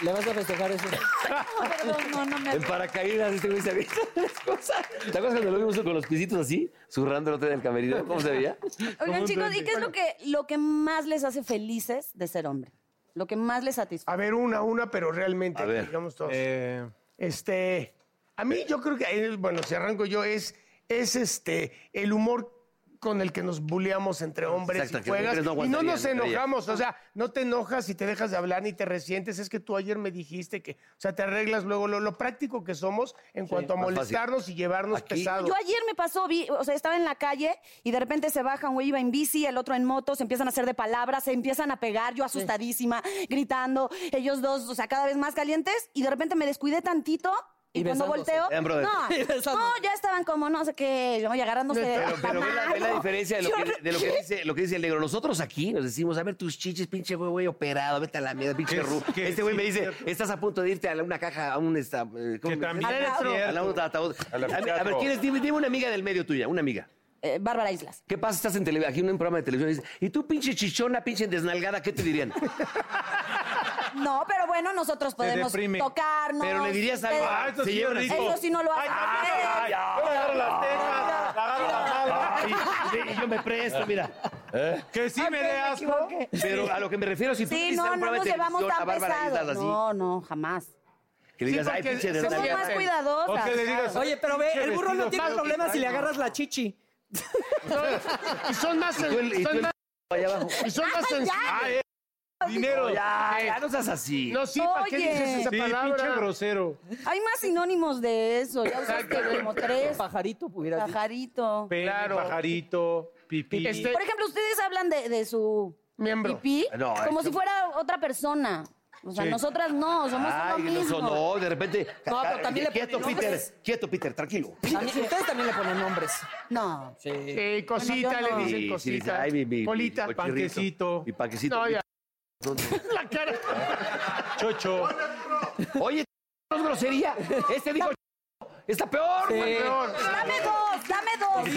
Speaker 5: ¿Le vas a festejar eso?
Speaker 8: Perdón, no, no me
Speaker 3: En paracaídas, este güey se había las cosas. ¿Te acuerdas cuando lo vimos con los pisitos así? Zurrando el otro del camerino. ¿Cómo se veía?
Speaker 8: Oigan, chicos, ¿y qué es lo que, lo que más les hace felices de ser hombre? Lo que más les satisface.
Speaker 2: A ver, una, una, pero realmente,
Speaker 3: A ver.
Speaker 2: digamos todos.
Speaker 5: Eh.
Speaker 2: Este, a mí yo creo que, eh, bueno, si arranco yo, es, es este, el humor con el que nos buleamos entre hombres
Speaker 3: Exacto,
Speaker 2: y
Speaker 3: que
Speaker 2: juegas.
Speaker 3: mujeres no
Speaker 2: y no
Speaker 3: aguantarían
Speaker 2: nos
Speaker 3: entre ellas.
Speaker 2: enojamos, o sea, no te enojas y te dejas de hablar ni te resientes. Es que tú ayer me dijiste que, o sea, te arreglas luego lo, lo práctico que somos en cuanto a
Speaker 3: más fácil.
Speaker 2: molestarnos y llevarnos
Speaker 3: Aquí-
Speaker 2: pesados.
Speaker 8: Yo ayer me pasó, vi, o sea, estaba en la calle y de repente se baja un güey, iba en bici, el otro en moto, se empiezan a hacer de palabras, se empiezan a pegar, yo asustadísima, gritando, ellos dos, o sea, cada vez más calientes, y de repente me descuidé tantito. Y,
Speaker 5: Y
Speaker 8: cuando
Speaker 5: besándose.
Speaker 8: volteo,
Speaker 3: Eran brothers.
Speaker 5: Y
Speaker 8: no,
Speaker 5: besándose.
Speaker 8: no, ya estaban como no sé qué, ¿no? y agarrándose de
Speaker 3: Pero, pero ve, la, ve la
Speaker 8: tamal.
Speaker 3: diferencia de lo,
Speaker 8: Yo
Speaker 3: que,
Speaker 8: re-
Speaker 3: de lo que dice, lo que dice el negro. Nosotros aquí nos decimos, a ver tus chiches, pinche güey, güey operado, vete a la mierda, pinche ru.
Speaker 7: que
Speaker 3: Este güey
Speaker 7: sí,
Speaker 3: me
Speaker 7: es
Speaker 3: dice,
Speaker 7: cierto.
Speaker 3: estás a punto de irte a la- una caja, a un... esta- eh, ¿cómo
Speaker 7: Que
Speaker 3: me-
Speaker 7: también
Speaker 3: a
Speaker 7: es
Speaker 3: la-
Speaker 7: cierto.
Speaker 3: a la- un ataúd. A,
Speaker 4: Al
Speaker 3: a ver,
Speaker 4: anfiteatro.
Speaker 3: ¿quién es? Dime, dime una amiga del medio tuya, una amiga.
Speaker 8: Eh, Bárbara Islas.
Speaker 3: ¿Qué pasa? Estás en tele- aquí en un programa de televisión y dices, y tú pinche chichona, pinche desnalgada, ¿qué te dirían?
Speaker 8: No, pero bueno, nosotros podemos
Speaker 7: deprime.
Speaker 8: tocarnos.
Speaker 3: Pero le dirías
Speaker 8: ustedes-
Speaker 3: algo.
Speaker 7: Ah, esto
Speaker 3: Se
Speaker 7: sí,
Speaker 3: llevan
Speaker 7: rico.
Speaker 8: Eso sí no lo hacen ustedes.
Speaker 7: ay, ay, yo le agarro las tetas, le agarro la jala.
Speaker 3: Ay, sí, yo me presto, mira. ¿Eh?
Speaker 7: Que
Speaker 8: Ah,
Speaker 7: sí me dé asco.
Speaker 3: Pero a lo que me refiero, si tú
Speaker 8: Sí,
Speaker 3: dices a
Speaker 8: no,
Speaker 3: un
Speaker 8: no
Speaker 3: programa
Speaker 8: nos
Speaker 3: de
Speaker 8: llevamos
Speaker 3: televisión a
Speaker 8: tan
Speaker 3: Bárbara Islas
Speaker 8: pesados.
Speaker 3: así,
Speaker 8: No, no, jamás.
Speaker 3: que le digas,
Speaker 2: Sí,
Speaker 3: ay,
Speaker 2: porque
Speaker 3: pinche
Speaker 2: se
Speaker 8: Somos
Speaker 3: desnalgada.
Speaker 8: más
Speaker 2: Fíjate.
Speaker 8: cuidadosas.
Speaker 7: O que le digas,
Speaker 5: Oye, pero ve, el burro no
Speaker 7: Vestido
Speaker 5: tiene
Speaker 7: fino
Speaker 5: problema
Speaker 7: que
Speaker 5: si le
Speaker 7: traiga.
Speaker 5: agarras la chichi.
Speaker 2: Y son más,
Speaker 3: Tú el- Y tú
Speaker 2: son
Speaker 3: el
Speaker 2: más,
Speaker 3: allá abajo. Ah,
Speaker 2: y son
Speaker 5: Ah,
Speaker 2: más sensibles.
Speaker 7: Ay, eh, dinero.
Speaker 3: Ya, ya no seas así.
Speaker 2: No, sí, ¿para qué
Speaker 8: Oye.
Speaker 2: dices esa
Speaker 7: Sí,
Speaker 2: palabra?
Speaker 7: pinche grosero.
Speaker 8: Hay más sinónimos de eso. Ya usaste como tres.
Speaker 5: Pajarito pudiera decir.
Speaker 8: Pajarito.
Speaker 7: Pene,
Speaker 2: Claro.
Speaker 7: pajarito, pipí.
Speaker 2: Este-
Speaker 8: Por ejemplo, ustedes hablan de, de su
Speaker 2: Miembro.
Speaker 8: pipí
Speaker 3: No,
Speaker 8: como
Speaker 3: eso-
Speaker 8: si fuera otra persona. O sea,
Speaker 7: Sí.
Speaker 8: nosotras no, somos
Speaker 3: Ay,
Speaker 8: lo
Speaker 3: no,
Speaker 8: mismo.
Speaker 3: no, de repente.
Speaker 5: No, pero también le
Speaker 3: Quieto,
Speaker 5: ponen
Speaker 3: Peter.
Speaker 5: nombres.
Speaker 3: Quieto, Peter, tranquilo.
Speaker 5: También- ustedes también le ponen nombres.
Speaker 8: No.
Speaker 5: Sí.
Speaker 2: Eh, cosita,
Speaker 8: Bueno, yo
Speaker 2: le
Speaker 8: no.
Speaker 3: Sí,
Speaker 2: dicen
Speaker 3: sí,
Speaker 2: cosita.
Speaker 3: dice, ay, mi- mi- mi
Speaker 2: Polita.
Speaker 3: cochirrito.
Speaker 7: panquecito.
Speaker 3: Mi panquecito.
Speaker 2: No,
Speaker 3: mi-
Speaker 2: ya.
Speaker 3: ¿Dónde?
Speaker 2: La cara.
Speaker 7: Chocho.
Speaker 3: Oye, no es grosería. Este dijo. Está peor. güey.
Speaker 2: Peor.
Speaker 8: Dame dos, dame dos. Dame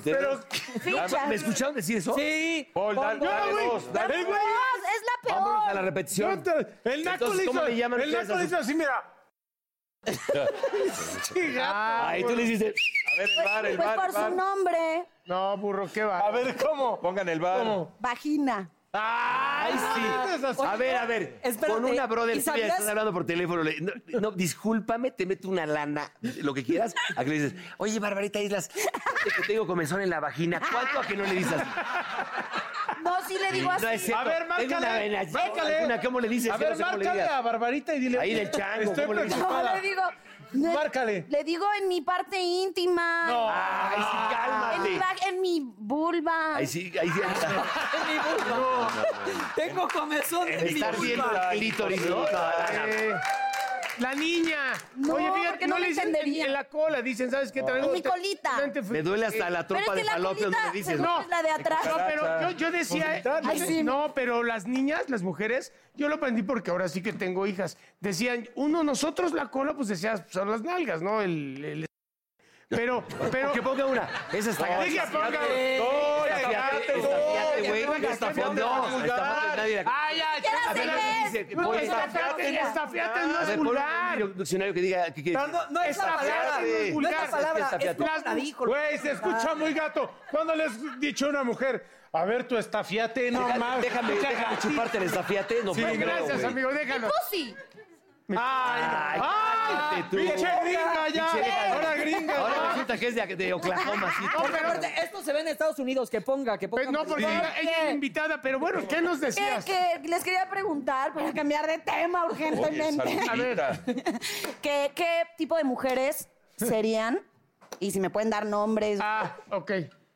Speaker 3: ¿Qué
Speaker 8: dos.
Speaker 3: te-
Speaker 8: Ficha.
Speaker 3: ¿Me escucharon decir eso?
Speaker 5: Sí.
Speaker 7: Paul, dale,
Speaker 5: Pon-
Speaker 7: dale
Speaker 5: güey.
Speaker 7: dos.
Speaker 8: Dame
Speaker 7: Dale,
Speaker 8: dos,
Speaker 7: güey.
Speaker 8: es la
Speaker 3: Vámonos a la
Speaker 8: peor.
Speaker 3: repetición.
Speaker 7: El naco
Speaker 3: Entonces,
Speaker 7: le hizo,
Speaker 3: ¿cómo le llaman
Speaker 7: el
Speaker 3: ustedes
Speaker 7: naco
Speaker 3: a
Speaker 7: le
Speaker 3: sus-
Speaker 7: hizo así, mira. Sí, gato.
Speaker 3: Ah, Ahí tú le dices.
Speaker 4: A ver, el bar, el
Speaker 8: Pues
Speaker 4: bar,
Speaker 8: por
Speaker 4: el
Speaker 8: su
Speaker 4: bar.
Speaker 8: nombre,
Speaker 2: No, burro, qué va.
Speaker 7: A ver, ¿cómo?
Speaker 4: Pongan el bar.
Speaker 7: ¿Cómo?
Speaker 8: vagina.
Speaker 7: Ay, sí.
Speaker 3: A ver, a ver.
Speaker 5: Espérate,
Speaker 3: con una brother
Speaker 5: ¿y
Speaker 3: tuya
Speaker 5: sabías-
Speaker 3: estás hablando por teléfono. le- no, no, discúlpame, te meto una lana, lo que quieras. A que le dices, oye, Barbarita Islas, fíjate que tengo comenzón en la vagina. ¿Cuánto a que no le dices así?
Speaker 8: No, sí le digo así.
Speaker 3: No es cierto.
Speaker 7: A ver,
Speaker 3: Tengo una
Speaker 7: márcale,
Speaker 3: vena-
Speaker 7: márcale.
Speaker 3: alguna, ¿Cómo le dices?
Speaker 7: A
Speaker 3: Yo no
Speaker 7: ver,
Speaker 3: sé cómo le
Speaker 7: márcale
Speaker 3: digas.
Speaker 7: a Barbarita y dile.
Speaker 3: Ahí del chango,
Speaker 7: Estoy
Speaker 3: ¿cómo le dices?
Speaker 8: No,
Speaker 7: preocupada.
Speaker 8: le digo. no,
Speaker 7: Márcale.
Speaker 8: Le digo en mi parte íntima.
Speaker 3: Ay, sí,
Speaker 8: En mi,
Speaker 3: cálmate.
Speaker 8: va- en mi vulva.
Speaker 3: Ahí sí, ahí sí.
Speaker 5: En mi vulva. Tengo comezón
Speaker 8: Eh,
Speaker 5: en mi
Speaker 3: Estar viendo
Speaker 5: vulva.
Speaker 3: el clítoris, ¿no?
Speaker 2: Eh, la niña.
Speaker 8: No,
Speaker 2: Oye,
Speaker 8: porque
Speaker 2: fíjate, no,
Speaker 8: no me
Speaker 2: le dicen en,
Speaker 8: entendería.
Speaker 2: en la cola. Dicen, ¿sabes qué? Traigo
Speaker 8: En mi
Speaker 2: te-
Speaker 8: colita.
Speaker 2: un antif-
Speaker 3: Me duele hasta la
Speaker 8: Pero es
Speaker 3: trompa
Speaker 8: que
Speaker 3: de
Speaker 8: la
Speaker 3: falopio donde
Speaker 8: colita
Speaker 3: me dices.
Speaker 8: seguro es la de atrás.
Speaker 2: No, pero yo, yo
Speaker 3: Pues
Speaker 2: decía,
Speaker 8: Ay,
Speaker 2: yo-
Speaker 8: sí.
Speaker 2: no, pero las niñas, las mujeres, yo lo aprendí porque ahora sí que tengo hijas. Decían, uno, nosotros la cola, pues decías, pues, son las nalgas, ¿no? El, el- pero, pero.
Speaker 3: Que ponga una. Esa está
Speaker 2: Dije,
Speaker 3: gacha.
Speaker 2: ponga-
Speaker 7: No, ya
Speaker 3: Estafiate,
Speaker 7: cállate, no.
Speaker 3: estafiate,
Speaker 7: Ya
Speaker 3: güey.
Speaker 7: ponga,
Speaker 3: Estafiate,
Speaker 7: ya
Speaker 3: no.
Speaker 7: ponga.
Speaker 3: Estafiate, nadie la...
Speaker 2: Ay, ay,
Speaker 8: Quédate
Speaker 2: ay,
Speaker 8: en
Speaker 2: ay,
Speaker 3: él.
Speaker 2: no,
Speaker 3: Voy a
Speaker 2: Estafiate estafiate no
Speaker 3: A
Speaker 2: es
Speaker 3: ver, pon
Speaker 2: vulgar.
Speaker 3: un diccionario que diga... que- que-
Speaker 5: No, no, no es la
Speaker 2: Estafiate,
Speaker 5: palabra.
Speaker 2: no es
Speaker 5: No es
Speaker 2: vulgar.
Speaker 5: la palabra. Es
Speaker 3: Estafiate.
Speaker 5: tu nadículo.
Speaker 7: Güey, se escucha muy gato. ¿Cuándo le has dicho a una mujer? A ver, tu estafiate, no
Speaker 3: Deja-
Speaker 7: más.
Speaker 3: Déjame,
Speaker 7: Mucha
Speaker 3: déjame
Speaker 7: gatita.
Speaker 3: chuparte el estafiate. No,
Speaker 7: Sí,
Speaker 3: pues, no,
Speaker 2: Gracias,
Speaker 3: güey.
Speaker 2: amigo, déjalo.
Speaker 8: Pussy.
Speaker 7: Ay,
Speaker 3: Ay,
Speaker 7: ay,
Speaker 3: cállate tú.
Speaker 7: pinche gringa
Speaker 3: Pinche
Speaker 7: ya.
Speaker 3: gringa.
Speaker 7: Ahora gringa.
Speaker 3: Ahora
Speaker 7: ya.
Speaker 3: resulta que es de, de Oklahoma, sí. Eh,
Speaker 2: No,
Speaker 5: Porque
Speaker 2: pero,
Speaker 5: aparte, esto se ve en Estados Unidos, que ponga, que ponga.
Speaker 2: pero no, porque ella, ella es invitada, pero bueno, ¿qué nos
Speaker 8: Que,
Speaker 2: decías?
Speaker 8: que les quería preguntar para cambiar de tema
Speaker 4: Oye,
Speaker 8: urgentemente.
Speaker 4: saludita.
Speaker 8: ¿Qué, ¿Qué tipo de mujeres serían? Y si me pueden dar nombres,
Speaker 2: Ah, ok.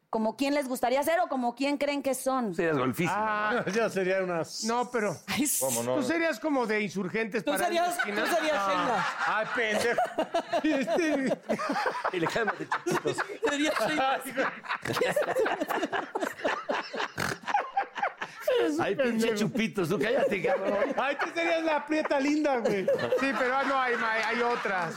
Speaker 8: como quién les gustaría ser o como quién creen que son.
Speaker 3: Serías golfísimo.
Speaker 2: Ah,
Speaker 7: Ya sería unas.
Speaker 2: no, pero.
Speaker 4: ¿Cómo no?
Speaker 2: Tú serías como de insurgentes
Speaker 5: Tú
Speaker 2: para Ah,
Speaker 5: serías, tú serías Sheila.
Speaker 7: Ay, pendejo. Este,
Speaker 3: Y le caen de chiquitos.
Speaker 5: Serías Sheila.
Speaker 3: Ay, pinche chupitos, tú cállate,
Speaker 8: Ah,
Speaker 3: cabrón.
Speaker 7: ay, tú serías la prieta linda, güey.
Speaker 2: Sí, pero ah, no, hay, hay, hay otras.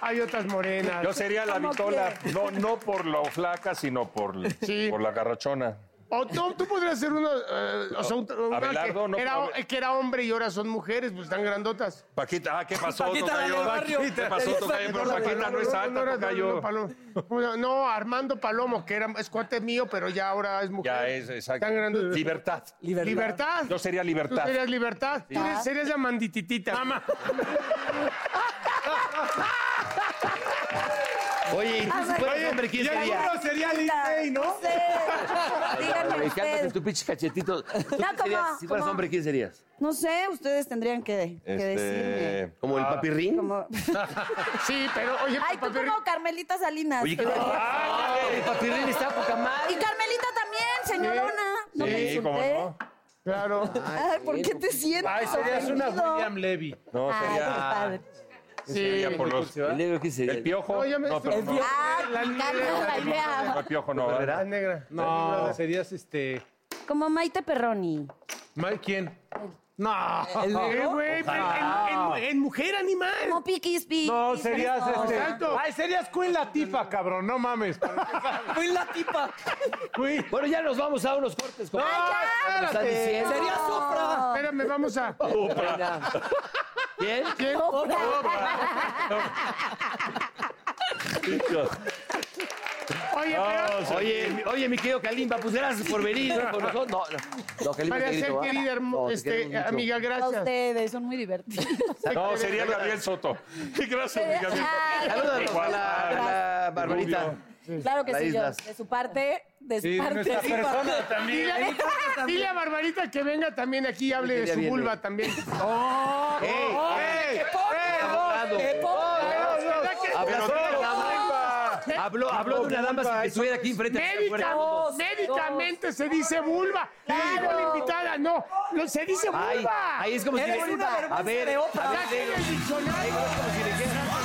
Speaker 2: Hay otras morenas.
Speaker 4: Yo sería la
Speaker 8: ¿Cómo
Speaker 4: vitola, no, no por lo flaca, sino por,
Speaker 2: Sí.
Speaker 4: por la garrachona.
Speaker 2: O no, tú podrías ser uno, eh, o sea, un- una
Speaker 4: Abelardo,
Speaker 2: que,
Speaker 4: no,
Speaker 2: era,
Speaker 4: Abe-
Speaker 2: que era hombre y ahora son mujeres, pues están grandotas.
Speaker 4: Paquita, ah, ¿qué pasó, Paquita, la del tocayo? barrio. ¿Qué pasó, tocayo? Pero Paquita no es alta,
Speaker 2: era
Speaker 4: tocayo.
Speaker 2: Armando Palomo. ¿Cómo se llama? No, Armando Palomo, que era, es cuate mío, pero ya ahora es mujer.
Speaker 4: Ya es, exacto.
Speaker 2: Tan grande.
Speaker 4: Libertad.
Speaker 2: Libertad. Libertad.
Speaker 4: Yo sería libertad.
Speaker 2: Tú serías libertad. Tú eres- serías la mandititita. Mamá.
Speaker 3: Oye, ¿y tú si fueras hombre, quién sería?
Speaker 7: sería
Speaker 8: Lindsay, ¿no? sé. Díganme
Speaker 3: Ay, cálmate
Speaker 8: ustedes.
Speaker 3: tu pinche cachetito. ¿Tú quién serías? Si fueras
Speaker 8: como-
Speaker 3: hombre, ¿quién serías?
Speaker 8: No sé, ustedes tendrían que, que
Speaker 3: Este,
Speaker 8: decirme.
Speaker 3: ¿Como el papirrín?
Speaker 8: Como-
Speaker 2: Sí, pero oye,
Speaker 8: Ay, tú como Carmelita Salinas.
Speaker 3: Oye,
Speaker 8: Pero-
Speaker 3: ¡Ay, el papirrín está poca
Speaker 8: Y
Speaker 3: madre!
Speaker 8: Carmelita también, señorona. No me
Speaker 4: Sí, cómo
Speaker 8: insulté.
Speaker 4: no.
Speaker 2: Claro.
Speaker 8: Ay, Ah, ¿por qué te sientes?
Speaker 7: Ay, serías una
Speaker 8: ofendido?
Speaker 7: William Levy.
Speaker 4: No,
Speaker 8: Ay, qué
Speaker 4: sería.
Speaker 8: padre.
Speaker 4: sería por los.
Speaker 3: El negro, ¿quién sería?
Speaker 4: El piojo.
Speaker 2: No, ya me-
Speaker 4: No, pero no.
Speaker 8: Ah, me encanta la
Speaker 4: No,
Speaker 8: idea.
Speaker 4: el piojo no,
Speaker 2: La
Speaker 4: ¿verdad?
Speaker 2: negra.
Speaker 7: No, serías este.
Speaker 8: Como Maite Perroni.
Speaker 7: Mike, ¿quién? No.
Speaker 5: El
Speaker 2: Eh,
Speaker 5: negro.
Speaker 2: güey, pero en, en- en mujer animal.
Speaker 8: Como Piquis, Piquis.
Speaker 7: Ah. No, serías este.
Speaker 2: Exacto.
Speaker 7: Ay, serías Queen Latifa, cabrón. No mames.
Speaker 5: Fui la tipa.
Speaker 7: Queen.
Speaker 3: Bueno, ya nos vamos a unos
Speaker 8: Ah,
Speaker 3: cortes.
Speaker 7: No,
Speaker 3: como-
Speaker 7: espérate.
Speaker 3: ¿Estás diciendo?
Speaker 5: Sería Sofra.
Speaker 2: Espérame, vamos a.
Speaker 3: Venga. ¿Bien?
Speaker 2: ¿Quién? Oye, pero.
Speaker 3: Oye, oye, mi querido Kalimba, pues gracias por venir con nosotros. No, no, no Kalimba,
Speaker 2: María Cel,
Speaker 3: te grito, ¿ah?
Speaker 2: querida hermo-
Speaker 3: No, te queremos
Speaker 2: este,
Speaker 3: mucho.
Speaker 2: amiga,
Speaker 8: A
Speaker 2: gracias.
Speaker 8: ustedes, son muy divertidos.
Speaker 4: No, sería Gabriel Soto. Gracias, mi Gabriel.
Speaker 8: Ay,
Speaker 3: Saludos a
Speaker 4: Igual,
Speaker 3: la, a la Barbarita.
Speaker 8: Claro que
Speaker 3: La
Speaker 8: sí, yo.
Speaker 3: Islas.
Speaker 8: De su parte, de su
Speaker 7: Sí,
Speaker 8: parte.
Speaker 7: nuestra
Speaker 8: de su parte.
Speaker 7: persona también.
Speaker 2: Dile, dile a Barbarita que venga también aquí y hable
Speaker 3: Sí,
Speaker 2: de
Speaker 3: ya
Speaker 2: su
Speaker 3: viene.
Speaker 2: vulva también. Oh.
Speaker 3: ¡Ey! ¡Ey!
Speaker 5: ¡Qué
Speaker 3: ¡Ey!
Speaker 5: poca!
Speaker 3: Habló de una dama.
Speaker 2: ¿Qué?
Speaker 3: Habló, habló de una dama sin que estuviera aquí enfrente.
Speaker 2: Médica- médicamente se dice vulva. Le dijo la invitada, no, no se dice
Speaker 3: Ay,
Speaker 2: vulva.
Speaker 3: ahí es como si
Speaker 5: Eres
Speaker 3: le-
Speaker 5: una
Speaker 3: A
Speaker 5: vergüenza
Speaker 3: ver,
Speaker 5: de otra.
Speaker 3: a ver,
Speaker 2: Saquen el diccionario.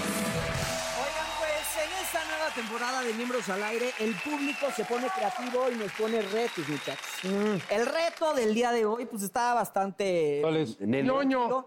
Speaker 5: Oigan, pues en esta nueva temporada de Miembros al Aire, el público se pone creativo y nos pone retos, muchachos.
Speaker 2: Mm.
Speaker 5: El reto del día de hoy, pues está bastante.
Speaker 2: Ñoño.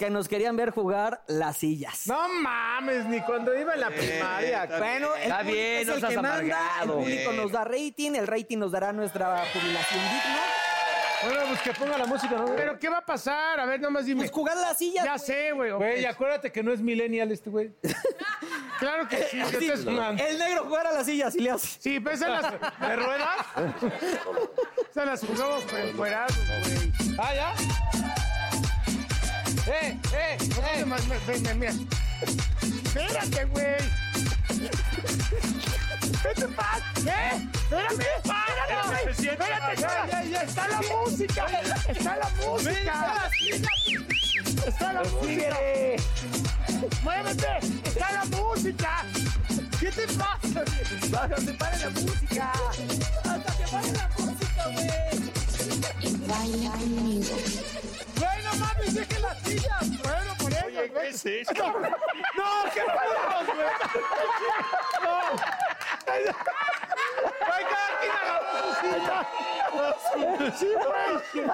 Speaker 5: Que nos querían ver jugar las sillas.
Speaker 7: No mames, ni cuando iba en la primaria.
Speaker 5: Bueno, el
Speaker 3: Está
Speaker 5: público
Speaker 3: bien,
Speaker 5: es
Speaker 3: no
Speaker 5: el
Speaker 3: seas
Speaker 5: que manda, el
Speaker 3: amargado.
Speaker 5: público nos da rating, el rating nos dará nuestra jubilación digna.
Speaker 7: Bueno, pues que ponga la música, ¿no?
Speaker 2: Pero ¿qué va a pasar? A ver, nomás dime.
Speaker 5: Pues jugar las sillas.
Speaker 2: Ya
Speaker 5: güey.
Speaker 2: sé, güey. ok.
Speaker 7: Güey, acuérdate que no es millennial este güey.
Speaker 2: Claro que sí.
Speaker 7: este
Speaker 2: yo te-
Speaker 5: El negro jugar a las sillas y le hace.
Speaker 2: Sí, pues esas las. ¿De ruedas? Esas las jugamos prefuerados, güey.
Speaker 7: Ah, ya. ¡Eh, eh!
Speaker 2: No, no, no, no, mira, mira. Espérate, güey. ¿Qué te pasa? ¿Qué? Espérame, espérate, güey. Espérate,
Speaker 7: Ya, ya,
Speaker 2: espérate.
Speaker 7: ya.
Speaker 2: Está la música. Está la música. Está la música. Muévete. Está la música. ¿Qué te pasa?
Speaker 5: Bájate, para la música. Hasta que pare la música, güey.
Speaker 2: Güey, no mames, dejen las sillas. pues, Bueno, por eso, güey.
Speaker 4: es esto?
Speaker 2: No, qué pasa, güey.
Speaker 7: ¡Ay, cada quien agarró su silla!
Speaker 2: Sí, pues.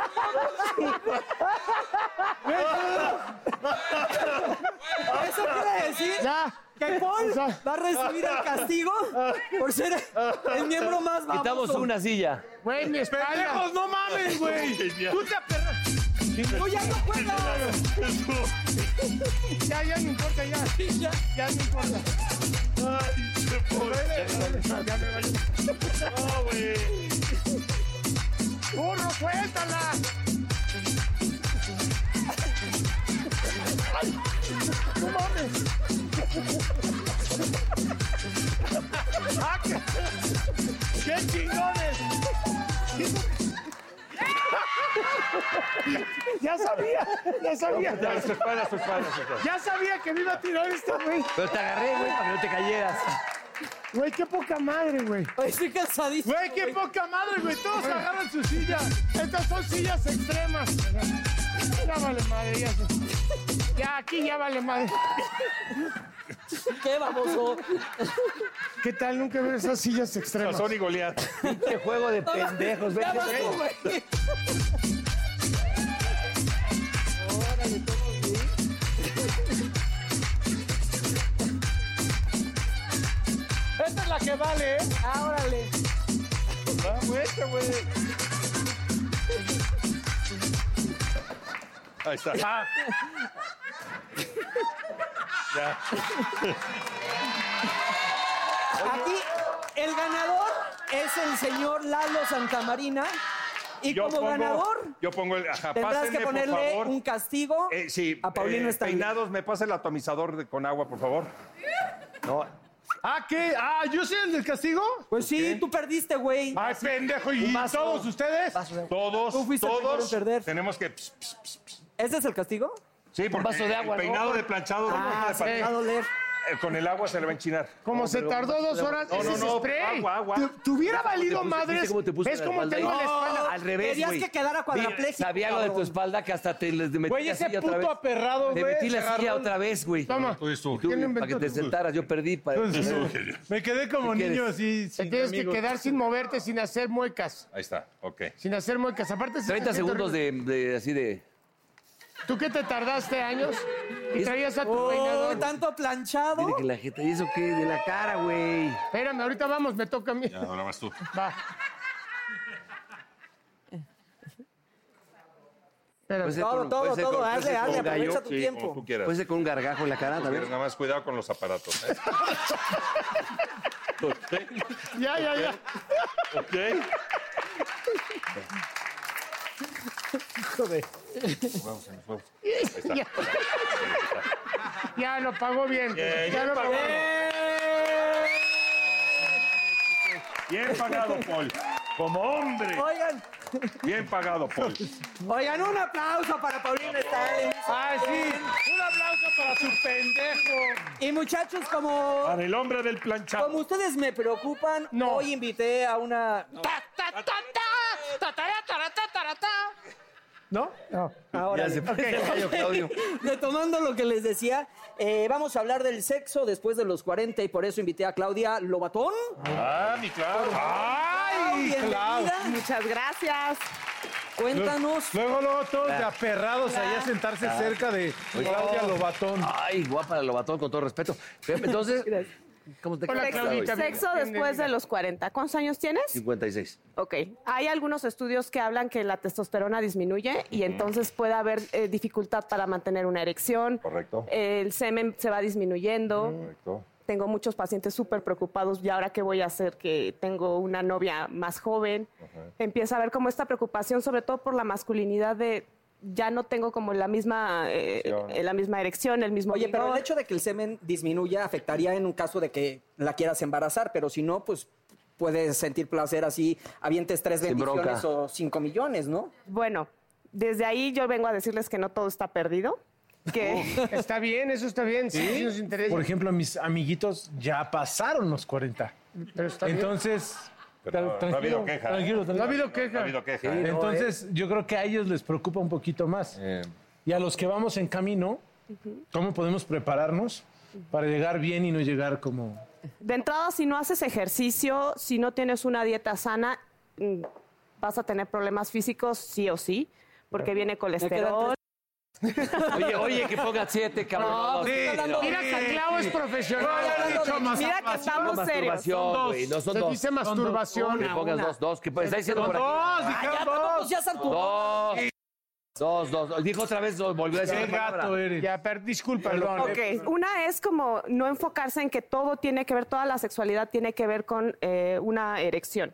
Speaker 2: güey.
Speaker 5: ¿Eso quiere decir?
Speaker 2: Ya.
Speaker 5: que Paul va a recibir el castigo por ser el miembro más baboso.
Speaker 3: Quitamos una silla.
Speaker 1: Güey, mi espalda.
Speaker 7: Pendejos, no mames, güey. Tú te aperras.
Speaker 5: Tú ya no
Speaker 1: juegas. ya, ya no importa, ya. Ya, ya no importa. Ay, se puede. Ya me vaya. No, güey. ¡Burro, suéltala! ¡Ay! ¡No mames! ¡Ah, qué- ¡Qué chingones! Ya sabía, ya sabía.
Speaker 3: Su espalda, su espalda, su espalda.
Speaker 1: Ya sabía que me iba a tirar esta, güey.
Speaker 3: Pero te agarré, güey, para que no te cayeras.
Speaker 1: Güey, qué poca madre, güey.
Speaker 5: Ay, estoy cansadísimo.
Speaker 1: Güey, qué poca madre, güey. Todos agarran su silla. Estas son sillas extremas. Ya vale madre, ya sé. Ya, aquí ya vale madre.
Speaker 5: ¡Qué baboso!
Speaker 1: ¿Qué tal? Nunca veo esas sillas extremas.
Speaker 4: Sazón y Goliat.
Speaker 3: Qué juego de pendejos,
Speaker 5: Ya
Speaker 3: vete,
Speaker 5: vas tú,
Speaker 3: vete.
Speaker 5: güey.
Speaker 1: Esta es la que vale, ¿eh?
Speaker 5: Ah, órale.
Speaker 1: Ah, güey, este, güey.
Speaker 4: Ahí está.
Speaker 1: Ah,
Speaker 4: Ya.
Speaker 5: Aquí el ganador es el señor Lalo Santamarina. Y como ganador,
Speaker 4: Yo pongo el. Ajá,
Speaker 5: tendrás
Speaker 4: pásenme,
Speaker 5: que
Speaker 4: por
Speaker 5: ponerle
Speaker 4: favor.
Speaker 5: un castigo
Speaker 4: Eh, sí.
Speaker 5: a Paulino
Speaker 4: eh,
Speaker 5: Stanley.
Speaker 4: Peinados, me pasa el atomizador de- con agua, por favor. No.
Speaker 1: Ah, ¿qué? Ah, ¿yo soy el del castigo?
Speaker 5: Pues sí, tú perdiste, güey.
Speaker 1: Ay, pendejo. ¿Y todos ustedes?
Speaker 4: Todos,
Speaker 5: Tú fuiste el primero en
Speaker 4: todos.
Speaker 5: perder.
Speaker 4: Tenemos que. ps, ps, ps, ps.
Speaker 5: ¿Ese es el castigo?
Speaker 4: Sí, porque
Speaker 3: vaso de agua,
Speaker 4: el peinado
Speaker 3: ¿no?
Speaker 4: de planchado no,
Speaker 5: Ah,
Speaker 4: de
Speaker 5: se me
Speaker 4: papel,
Speaker 5: va a doler.
Speaker 4: eh, con el agua se le va a enchinar.
Speaker 1: Como se tardó dos horas,
Speaker 4: No,
Speaker 1: ese
Speaker 4: no,
Speaker 1: es
Speaker 4: no,
Speaker 1: spray.
Speaker 4: agua, agua.
Speaker 1: Te, te hubiera valido
Speaker 3: puse? ¿Viste
Speaker 1: madres.
Speaker 3: cómo te puse
Speaker 1: ¿Ves
Speaker 3: la
Speaker 1: cómo
Speaker 3: espalda
Speaker 1: tengo
Speaker 3: ahí?
Speaker 1: la espalda?
Speaker 3: Al revés,
Speaker 5: Tenías
Speaker 3: güey.
Speaker 5: que quedar a cuadrapléjico,
Speaker 3: Sabía lo de tu
Speaker 5: cabrón.
Speaker 3: espalda que hasta te les metí
Speaker 7: Güey,
Speaker 3: la
Speaker 7: ese
Speaker 3: silla otra
Speaker 7: puto
Speaker 3: vez.
Speaker 7: aperrado,
Speaker 3: Te
Speaker 7: güey.
Speaker 3: metí la
Speaker 7: se
Speaker 3: silla
Speaker 7: agarró-
Speaker 3: otra vez, güey.
Speaker 1: Toma.
Speaker 4: Tú y tú.
Speaker 3: Tú,
Speaker 1: ¿Quién lo
Speaker 3: para que
Speaker 1: inventó?
Speaker 3: te sentaras, yo perdí. Para...
Speaker 7: Me quedé como
Speaker 3: ¿Qué quieres?
Speaker 7: niño así.
Speaker 1: Te
Speaker 7: sin
Speaker 1: tienes que
Speaker 7: amigos.
Speaker 1: quedar sin moverte, sin hacer muecas.
Speaker 4: Ahí está, ok.
Speaker 1: Sin hacer muecas. Aparte, se
Speaker 3: 30
Speaker 1: siente
Speaker 3: segundos
Speaker 1: horrible.
Speaker 3: de, de- así de.
Speaker 1: ¿Tú qué te tardaste años? Y
Speaker 3: Es-
Speaker 1: traías a tu
Speaker 5: Oh,
Speaker 1: peinador.
Speaker 5: tanto planchado.
Speaker 3: Tiene que la jeta. ¿Y eso qué? De la cara, güey.
Speaker 1: Espérame, ahorita vamos, me toca a mí.
Speaker 4: Ya, ahora vas tú.
Speaker 1: Va. Espérame.
Speaker 3: Pues,
Speaker 5: Todo,
Speaker 3: con-
Speaker 5: todo,
Speaker 3: puede ser
Speaker 5: todo.
Speaker 3: con-
Speaker 5: Hazle,
Speaker 3: puede ser
Speaker 5: hazle.
Speaker 3: con
Speaker 5: Aprovecha tu
Speaker 4: Sí, como
Speaker 5: tiempo.
Speaker 4: tú quieras.
Speaker 3: Puede ser con un gargajo en la cara
Speaker 4: Pero
Speaker 3: también.
Speaker 4: Pues, nada más cuidado con los aparatos. ¿eh?
Speaker 1: Ya, ya, ya. Ya. Ya lo pagó bien.
Speaker 4: Bien,
Speaker 1: ya
Speaker 4: bien
Speaker 1: lo pagó.
Speaker 4: pagado. Bien pagado, Paul. Como hombre.
Speaker 5: Oigan,
Speaker 4: Bien pagado, Paul.
Speaker 5: oigan, un aplauso para Paulino Stanley.
Speaker 1: Ay, sí. Un aplauso para su pendejo.
Speaker 5: Y muchachos, como
Speaker 4: Para el hombre del
Speaker 5: Como
Speaker 4: planchado.
Speaker 5: ustedes me preocupan,
Speaker 1: No.
Speaker 5: hoy invité a una.
Speaker 1: ¿No?
Speaker 2: Ah,
Speaker 1: No.
Speaker 5: Ahora, retomando lo que les decía, eh, vamos a hablar del sexo después de los 40 y por eso invité a Claudia Lobatón.
Speaker 4: Ah, mi claro. Ah.
Speaker 7: ¡Ay, Clau!
Speaker 5: bienvenida.
Speaker 9: Muchas gracias.
Speaker 5: Cuéntanos.
Speaker 7: Luego, luego, todos de aperrados allá a sentarse cerca de Claudia Lobatón.
Speaker 3: Ah. Ay, guapa la lobatón, con todo respeto. Fíjate, Entonces, ¿cómo te
Speaker 1: Hola,
Speaker 3: quedas,
Speaker 9: Sexo,
Speaker 1: Claudita.
Speaker 3: güey?
Speaker 9: sexo después de los 40. ¿Cuántos años tienes?
Speaker 3: 56.
Speaker 9: Ok. Hay algunos estudios que hablan que la testosterona disminuye y entonces puede haber eh, dificultad para mantener una erección.
Speaker 4: Correcto.
Speaker 9: El semen se va disminuyendo.
Speaker 4: Correcto.
Speaker 9: Tengo muchos pacientes súper preocupados y ahora qué voy a hacer que tengo una novia más joven. Empieza a ver como esta preocupación, sobre todo por la masculinidad de ya no tengo como la misma eh,
Speaker 4: Erección.
Speaker 9: eh, la misma erección, el mismo
Speaker 5: Oye, pero el
Speaker 9: vigor.
Speaker 5: hecho de que el semen disminuya afectaría en un caso de que la quieras embarazar, pero si no, pues puedes sentir placer así, avientes tres
Speaker 3: Sin
Speaker 5: bendiciones
Speaker 3: bronca.
Speaker 5: o cinco millones, ¿no?
Speaker 9: Bueno, desde ahí yo vengo a decirles que no todo está perdido, que
Speaker 5: Oh.
Speaker 1: Está bien, eso está bien. Sí, sí nos interesa.
Speaker 7: Por ejemplo, mis amiguitos ya pasaron los 40.
Speaker 1: Pero está bien.
Speaker 7: Entonces.
Speaker 4: Pero no, no ha
Speaker 7: tranquilo,
Speaker 4: habido queja, ¿eh?
Speaker 7: Tranquilo, tranquilo.
Speaker 1: No ha habido
Speaker 4: No ha
Speaker 1: queja.
Speaker 4: habido queja. ¿eh?
Speaker 7: Entonces, yo creo que a ellos les preocupa un poquito más. Y a los que vamos en camino, ¿cómo podemos prepararnos para llegar bien y no llegar como...
Speaker 9: de entrada si no haces ejercicio, si no tienes una dieta sana, mm, vas a tener problemas físicos sí o sí, porque viene
Speaker 5: quedan
Speaker 9: colesterol,
Speaker 3: Oye, oye, que ponga siete, cabrón.
Speaker 2: No,
Speaker 3: No,
Speaker 2: pues,
Speaker 3: sí,
Speaker 2: está hablando-
Speaker 3: no.
Speaker 2: Mira que Clau es profesional.
Speaker 3: No,
Speaker 2: Ha
Speaker 3: hablando
Speaker 2: dicho
Speaker 3: de-
Speaker 2: más-
Speaker 3: mira que estamos
Speaker 2: masturbación,
Speaker 3: serios.
Speaker 2: masturbación,
Speaker 3: Son
Speaker 2: güey,
Speaker 3: dos.
Speaker 2: son
Speaker 3: Se
Speaker 2: dos.
Speaker 3: dice
Speaker 2: Son dos.
Speaker 3: masturbación.
Speaker 2: Una,
Speaker 3: Que pongas
Speaker 2: una.
Speaker 3: dos, dos, que pues, está diciendo
Speaker 2: Son
Speaker 3: por aquí.
Speaker 2: dos,
Speaker 3: Ah,
Speaker 2: dijeron
Speaker 3: ya,
Speaker 2: dos.
Speaker 3: tampoco seas Dos. Dos, dos. Dijo otra vez, dos, volvió a decir
Speaker 2: Qué
Speaker 3: la palabra.
Speaker 2: gato eres. Ya, per- disculpa, perdón.
Speaker 3: eh,
Speaker 9: Ok, una es como no enfocarse en que todo tiene que ver, toda la sexualidad tiene que ver con eh, una erección.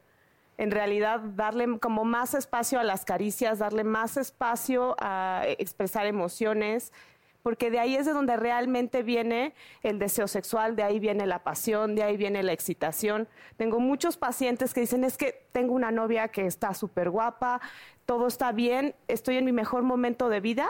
Speaker 9: En realidad, darle como más espacio a las caricias, darle más espacio a eh, expresar emociones, porque de ahí es de donde realmente viene el deseo sexual, de ahí viene la pasión, de ahí viene la excitación. Tengo muchos pacientes que dicen, es que tengo una novia que está súper guapa, todo está bien, estoy en mi mejor momento de vida,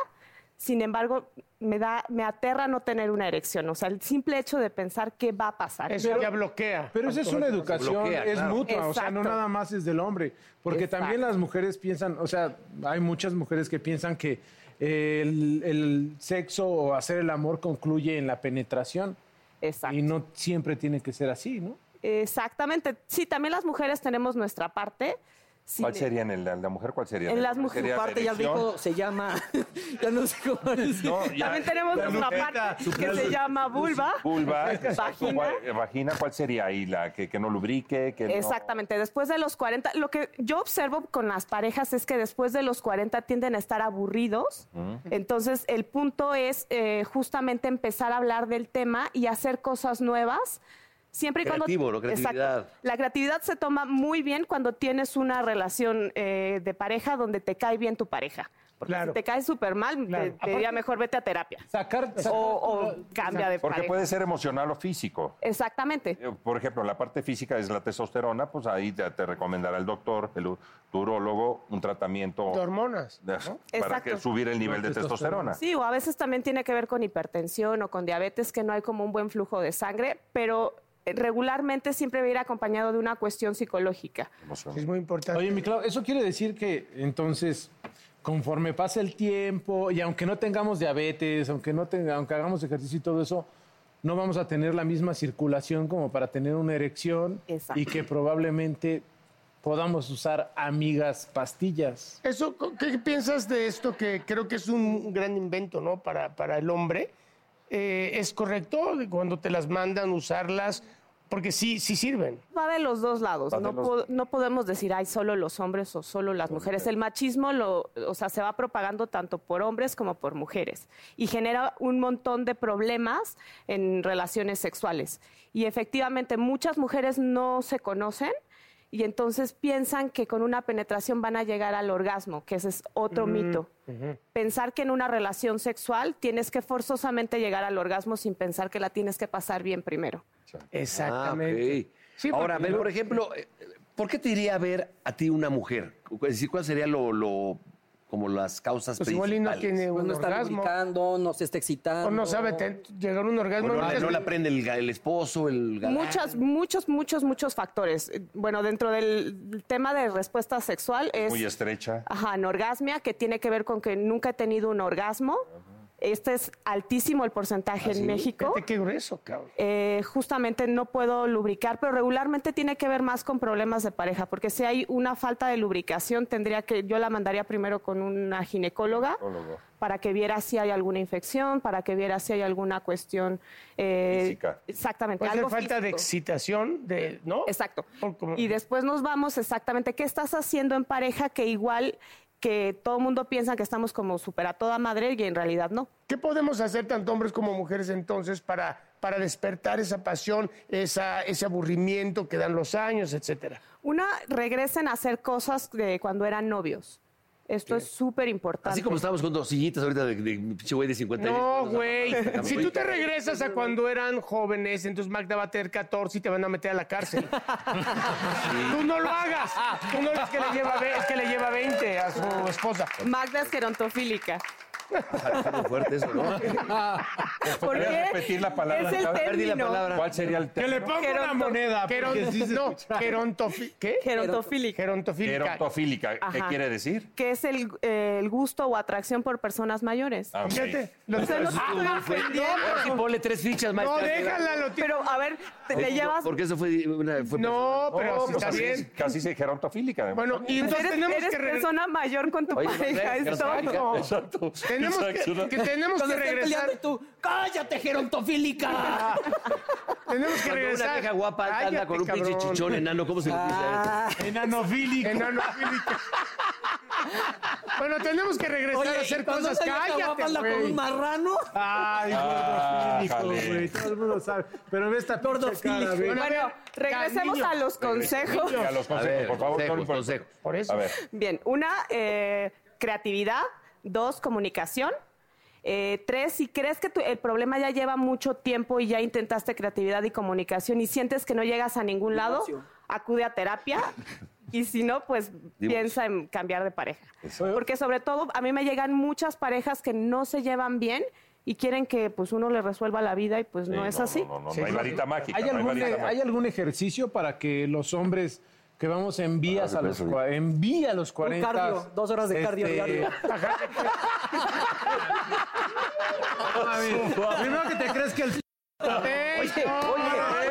Speaker 9: sin embargo, me da, me aterra no tener una erección. O sea, el simple hecho de pensar qué va a pasar.
Speaker 2: Eso
Speaker 9: Pero-
Speaker 2: ya bloquea.
Speaker 7: Pero esa es una educación,
Speaker 2: Bloquea,
Speaker 7: es
Speaker 2: claro.
Speaker 7: mutua, o sea, no
Speaker 9: Exacto.
Speaker 7: nada más es del hombre. Porque
Speaker 9: Exacto.
Speaker 7: también las mujeres piensan, o sea, hay muchas mujeres que piensan que eh, el, el sexo o hacer el amor concluye en la penetración.
Speaker 9: Exacto.
Speaker 7: Y no siempre tiene que ser así, ¿no?
Speaker 9: Exactamente. Sí, también las mujeres tenemos nuestra parte. Sin-
Speaker 4: ¿Cuál sería en el- la mujer? ¿Cuál sería?
Speaker 9: En las
Speaker 4: el-
Speaker 9: mujeres,
Speaker 4: sería la
Speaker 9: aparte, ya
Speaker 4: erección?
Speaker 9: dijo, se llama. ya no sé cómo decir.
Speaker 4: ya-
Speaker 9: También tenemos
Speaker 4: la
Speaker 9: nuestra
Speaker 4: vulva.
Speaker 9: parte que se llama vulva.
Speaker 4: Vulva. exacto,
Speaker 9: Vagina.
Speaker 4: ¿cuál- Vagina, ¿cuál sería ahí? La que, que no lubrique, que no-
Speaker 9: Exactamente, después de los 40, lo que yo observo con las parejas es que después de los 40 tienden a estar aburridos.
Speaker 1: Mm.
Speaker 9: Entonces, el punto es eh, justamente empezar a hablar del tema y hacer cosas nuevas. Siempre y cuando.
Speaker 3: Creativo, ¿no?
Speaker 9: Exacto.
Speaker 3: Creatividad.
Speaker 9: La creatividad se toma muy bien cuando tienes una relación eh, de pareja donde te cae bien tu pareja. Porque
Speaker 7: Claro.
Speaker 9: si te cae súper mal, te- te, diría
Speaker 7: Aparte-
Speaker 9: mejor vete a terapia.
Speaker 7: Sacar,
Speaker 9: o, o cambia de
Speaker 4: Porque
Speaker 9: pareja.
Speaker 4: puede ser emocional o físico.
Speaker 9: Exactamente.
Speaker 4: Eh, Por ejemplo, la parte física es la testosterona, pues ahí te, te recomendará el doctor, el u- tu urólogo, un tratamiento.
Speaker 2: De hormonas.
Speaker 4: de- Para que
Speaker 9: Exacto.
Speaker 4: subir el nivel de testosterona.
Speaker 9: Sí, o a veces también tiene que ver con hipertensión o con diabetes, que no hay como un buen flujo de sangre, pero eh, regularmente siempre va a ir acompañado de una cuestión psicológica.
Speaker 2: Es muy importante.
Speaker 7: Oye, mi Clau, eso quiere decir que entonces, conforme pasa el tiempo, y aunque no tengamos diabetes, aunque no tenga, aunque hagamos ejercicio y todo eso, no vamos a tener la misma circulación como para tener una erección
Speaker 9: Exacto.
Speaker 7: y que probablemente podamos usar amigas pastillas.
Speaker 2: Eso, ¿Qué piensas de esto que creo que es un gran invento, ¿no? Para, para el hombre. Eh, ¿Es correcto de cuando te las mandan usarlas? Porque sí, sí sirven.
Speaker 9: Va de los dos lados.
Speaker 2: Va de
Speaker 9: No,
Speaker 2: los-
Speaker 9: po- no podemos decir, hay solo los hombres o solo las mujeres. El machismo lo, o sea, se va propagando tanto por hombres como por mujeres y genera un montón de problemas en relaciones sexuales. Y efectivamente, muchas mujeres no se conocen y entonces piensan que con una penetración van a llegar al orgasmo, que ese es otro
Speaker 2: Mm.
Speaker 9: mito. Pensar que en una relación sexual tienes que forzosamente llegar al orgasmo sin pensar que la tienes que pasar bien primero.
Speaker 2: Exactamente.
Speaker 3: Ah, ok.
Speaker 2: Sí, porque
Speaker 3: Ahora, Abel,
Speaker 2: no-
Speaker 3: por ejemplo, eh, ¿por qué te iría a ver a ti una mujer? Es decir, ¿cuál sería lo, lo- como las causas
Speaker 2: Pues
Speaker 3: principales?
Speaker 5: Pues no está lubricando, no se está excitando.
Speaker 2: O no sabe te- llegar a un orgasmo.
Speaker 3: Bueno, no,
Speaker 2: Ahorita
Speaker 3: no
Speaker 2: es-
Speaker 3: la prende el, ga- el esposo, el galán.
Speaker 9: Muchos, muchos, muchos, muchos factores. Eh, Bueno, dentro del tema de respuesta sexual es...
Speaker 4: Muy estrecha.
Speaker 9: Ajá, anorgasmia, que tiene que ver con que nunca he tenido un orgasmo. Este es altísimo el
Speaker 4: ¿Ah,
Speaker 9: porcentaje en México.
Speaker 2: Fíjate qué grueso, cabrón.
Speaker 9: Eh, justamente no puedo lubricar, pero regularmente tiene que ver más con problemas de pareja, porque si hay una falta de lubricación, tendría que yo la mandaría primero con una ginecóloga para que viera si hay alguna infección, para que viera si hay alguna cuestión eh,
Speaker 2: Física.
Speaker 9: Exactamente.
Speaker 2: Puede ser
Speaker 9: algo
Speaker 2: falta de
Speaker 9: físico.
Speaker 2: excitación, de, ¿no?
Speaker 9: Exacto.
Speaker 2: O como-
Speaker 9: Y después nos vamos exactamente qué estás haciendo en pareja que igual que todo el mundo piensa que estamos como super a toda madre y en realidad no.
Speaker 2: ¿Qué podemos hacer tanto hombres como mujeres entonces para, para despertar esa pasión, esa, ese aburrimiento que dan los años, etcétera?
Speaker 9: Una, regresen a hacer cosas de cuando eran novios. Esto es súper importante.
Speaker 3: Así como estábamos con dos sillitas ahorita de, de pinche güey de 50
Speaker 2: No,
Speaker 3: años.
Speaker 2: güey.
Speaker 3: Sacamos-
Speaker 2: Si
Speaker 3: Oye,
Speaker 2: tú te regresas a cuando eran jóvenes, entonces Magda va a tener 14 y te van a meter a la cárcel. Tú no lo hagas. Tú no es que le lleva, ve- es que le lleva 20 a su esposa.
Speaker 9: Magda es gerontofílica.
Speaker 3: está muy fuerte eso, ¿no?
Speaker 9: ¿Por
Speaker 4: Voy
Speaker 9: qué?
Speaker 4: a repetir la palabra.
Speaker 9: Es el
Speaker 4: A ver, di la
Speaker 9: término.
Speaker 4: palabra. ¿Cuál sería el término?
Speaker 9: Geronto-
Speaker 2: Geron- no, gerontofi- ¿qué?
Speaker 9: Gerontofílica.
Speaker 2: Gerontofílica.
Speaker 4: Gerontofílica, ¿qué
Speaker 9: Ajá.
Speaker 4: quiere decir?
Speaker 9: Que es el, eh, el gusto o atracción por personas mayores.
Speaker 4: Ah, ok. Fíjate,
Speaker 9: O sea, no-
Speaker 3: Eso estuvo muy fuerte. Ahora sí ponle tres fichas, maestra.
Speaker 9: Pero a ver, te- le llevas
Speaker 3: Porque eso fue, una- fue
Speaker 2: No, pero sí está
Speaker 4: Pues así
Speaker 2: bien.
Speaker 4: es- Casi se gerontofílica.
Speaker 2: Bueno, y
Speaker 9: Pues
Speaker 2: entonces
Speaker 9: eres,
Speaker 2: tenemos
Speaker 9: eres
Speaker 2: que regresar.
Speaker 9: persona mayor con tu
Speaker 4: Oye,
Speaker 9: pareja,
Speaker 4: no,
Speaker 9: es
Speaker 4: exacto,
Speaker 9: todo.
Speaker 4: exacto.
Speaker 2: tenemos que, que tenemos que
Speaker 5: Cuando estén peleando
Speaker 2: regresar.
Speaker 5: y tú, ¡cállate, gerontofílica!
Speaker 2: Tenemos que
Speaker 3: Cuando
Speaker 2: regresar.
Speaker 3: Una vieja guapa anda
Speaker 2: Cállate,
Speaker 3: con un pinche
Speaker 2: cabrón.
Speaker 3: chichón enano, ¿cómo se le dice? a
Speaker 2: Ah,
Speaker 3: esto?
Speaker 2: Enanofílico. bueno, tenemos que regresar
Speaker 5: Oye,
Speaker 2: a
Speaker 5: ¿y
Speaker 2: hacer
Speaker 5: cuando
Speaker 2: cosas.
Speaker 5: una vieja guapa
Speaker 2: Cállate,
Speaker 5: anda con
Speaker 2: güey.
Speaker 5: un marrano?
Speaker 7: Ay,
Speaker 4: Ah,
Speaker 7: gordofílico,
Speaker 4: jale.
Speaker 7: güey. Todo el mundo sabe. Pero ve esta pinche cara, ve.
Speaker 2: Bueno, a ver,
Speaker 9: Regresemos
Speaker 2: ya,
Speaker 9: a
Speaker 2: niño.
Speaker 9: los consejos.
Speaker 4: A los consejos,
Speaker 3: ver,
Speaker 4: por favor.
Speaker 3: consejos,
Speaker 4: Tony, por-
Speaker 3: consejos.
Speaker 2: Por eso.
Speaker 4: A ver,
Speaker 9: Bien, una, eh, creatividad. Dos, comunicación. Eh, tres, si crees que tu- el problema ya lleva mucho tiempo y ya intentaste creatividad y comunicación y sientes que no llegas a ningún lado,
Speaker 5: Divorcio.
Speaker 9: acude a terapia. Y si no, pues piensa en cambiar de pareja. Porque sobre todo a mí me llegan muchas parejas que no se llevan bien y quieren que pues uno le resuelva la vida y pues
Speaker 4: sí,
Speaker 9: no es así.
Speaker 4: No, no, no,
Speaker 2: Sí,
Speaker 4: no hay
Speaker 2: no.
Speaker 4: varita mágica.
Speaker 7: ¿Hay
Speaker 4: no hay
Speaker 7: algún,
Speaker 4: varita mágica.
Speaker 7: ¿Hay algún ejercicio para que los hombres que vamos en vías
Speaker 3: Ah,
Speaker 7: a los,
Speaker 3: sí.
Speaker 7: cua- en vía a los este, 40...
Speaker 5: cardio, dos horas de cardio diario.
Speaker 7: A ver, Primero que te crees que el...
Speaker 3: Oye,
Speaker 1: Ah.
Speaker 3: oye,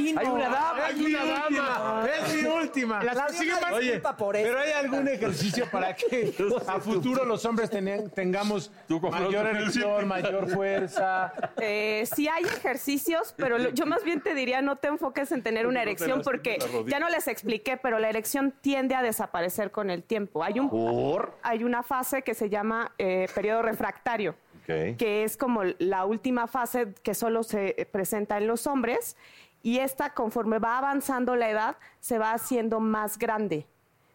Speaker 3: Eh,
Speaker 5: Hay una dama.
Speaker 3: hay una dama.
Speaker 7: Es mi última, es mi última.
Speaker 2: Las que siguen van-
Speaker 7: Oye,
Speaker 5: disculpa por eso.
Speaker 7: pero ¿hay algún ejercicio para que a futuro los hombres tene- tengamos
Speaker 4: Tú con
Speaker 7: mayor
Speaker 4: Frozen.
Speaker 7: erección, mayor fuerza?
Speaker 9: Eh, sí hay ejercicios, pero lo- yo más bien te diría no te enfoques en tener una erección porque ya no les expliqué, pero la erección tiende a desaparecer con el tiempo. Hay un hay una fase que se llama eh, periodo refractario,
Speaker 4: Ok.
Speaker 9: que es como la última fase que solo se eh, presenta en los hombres y esta conforme va avanzando la edad se va haciendo más grande.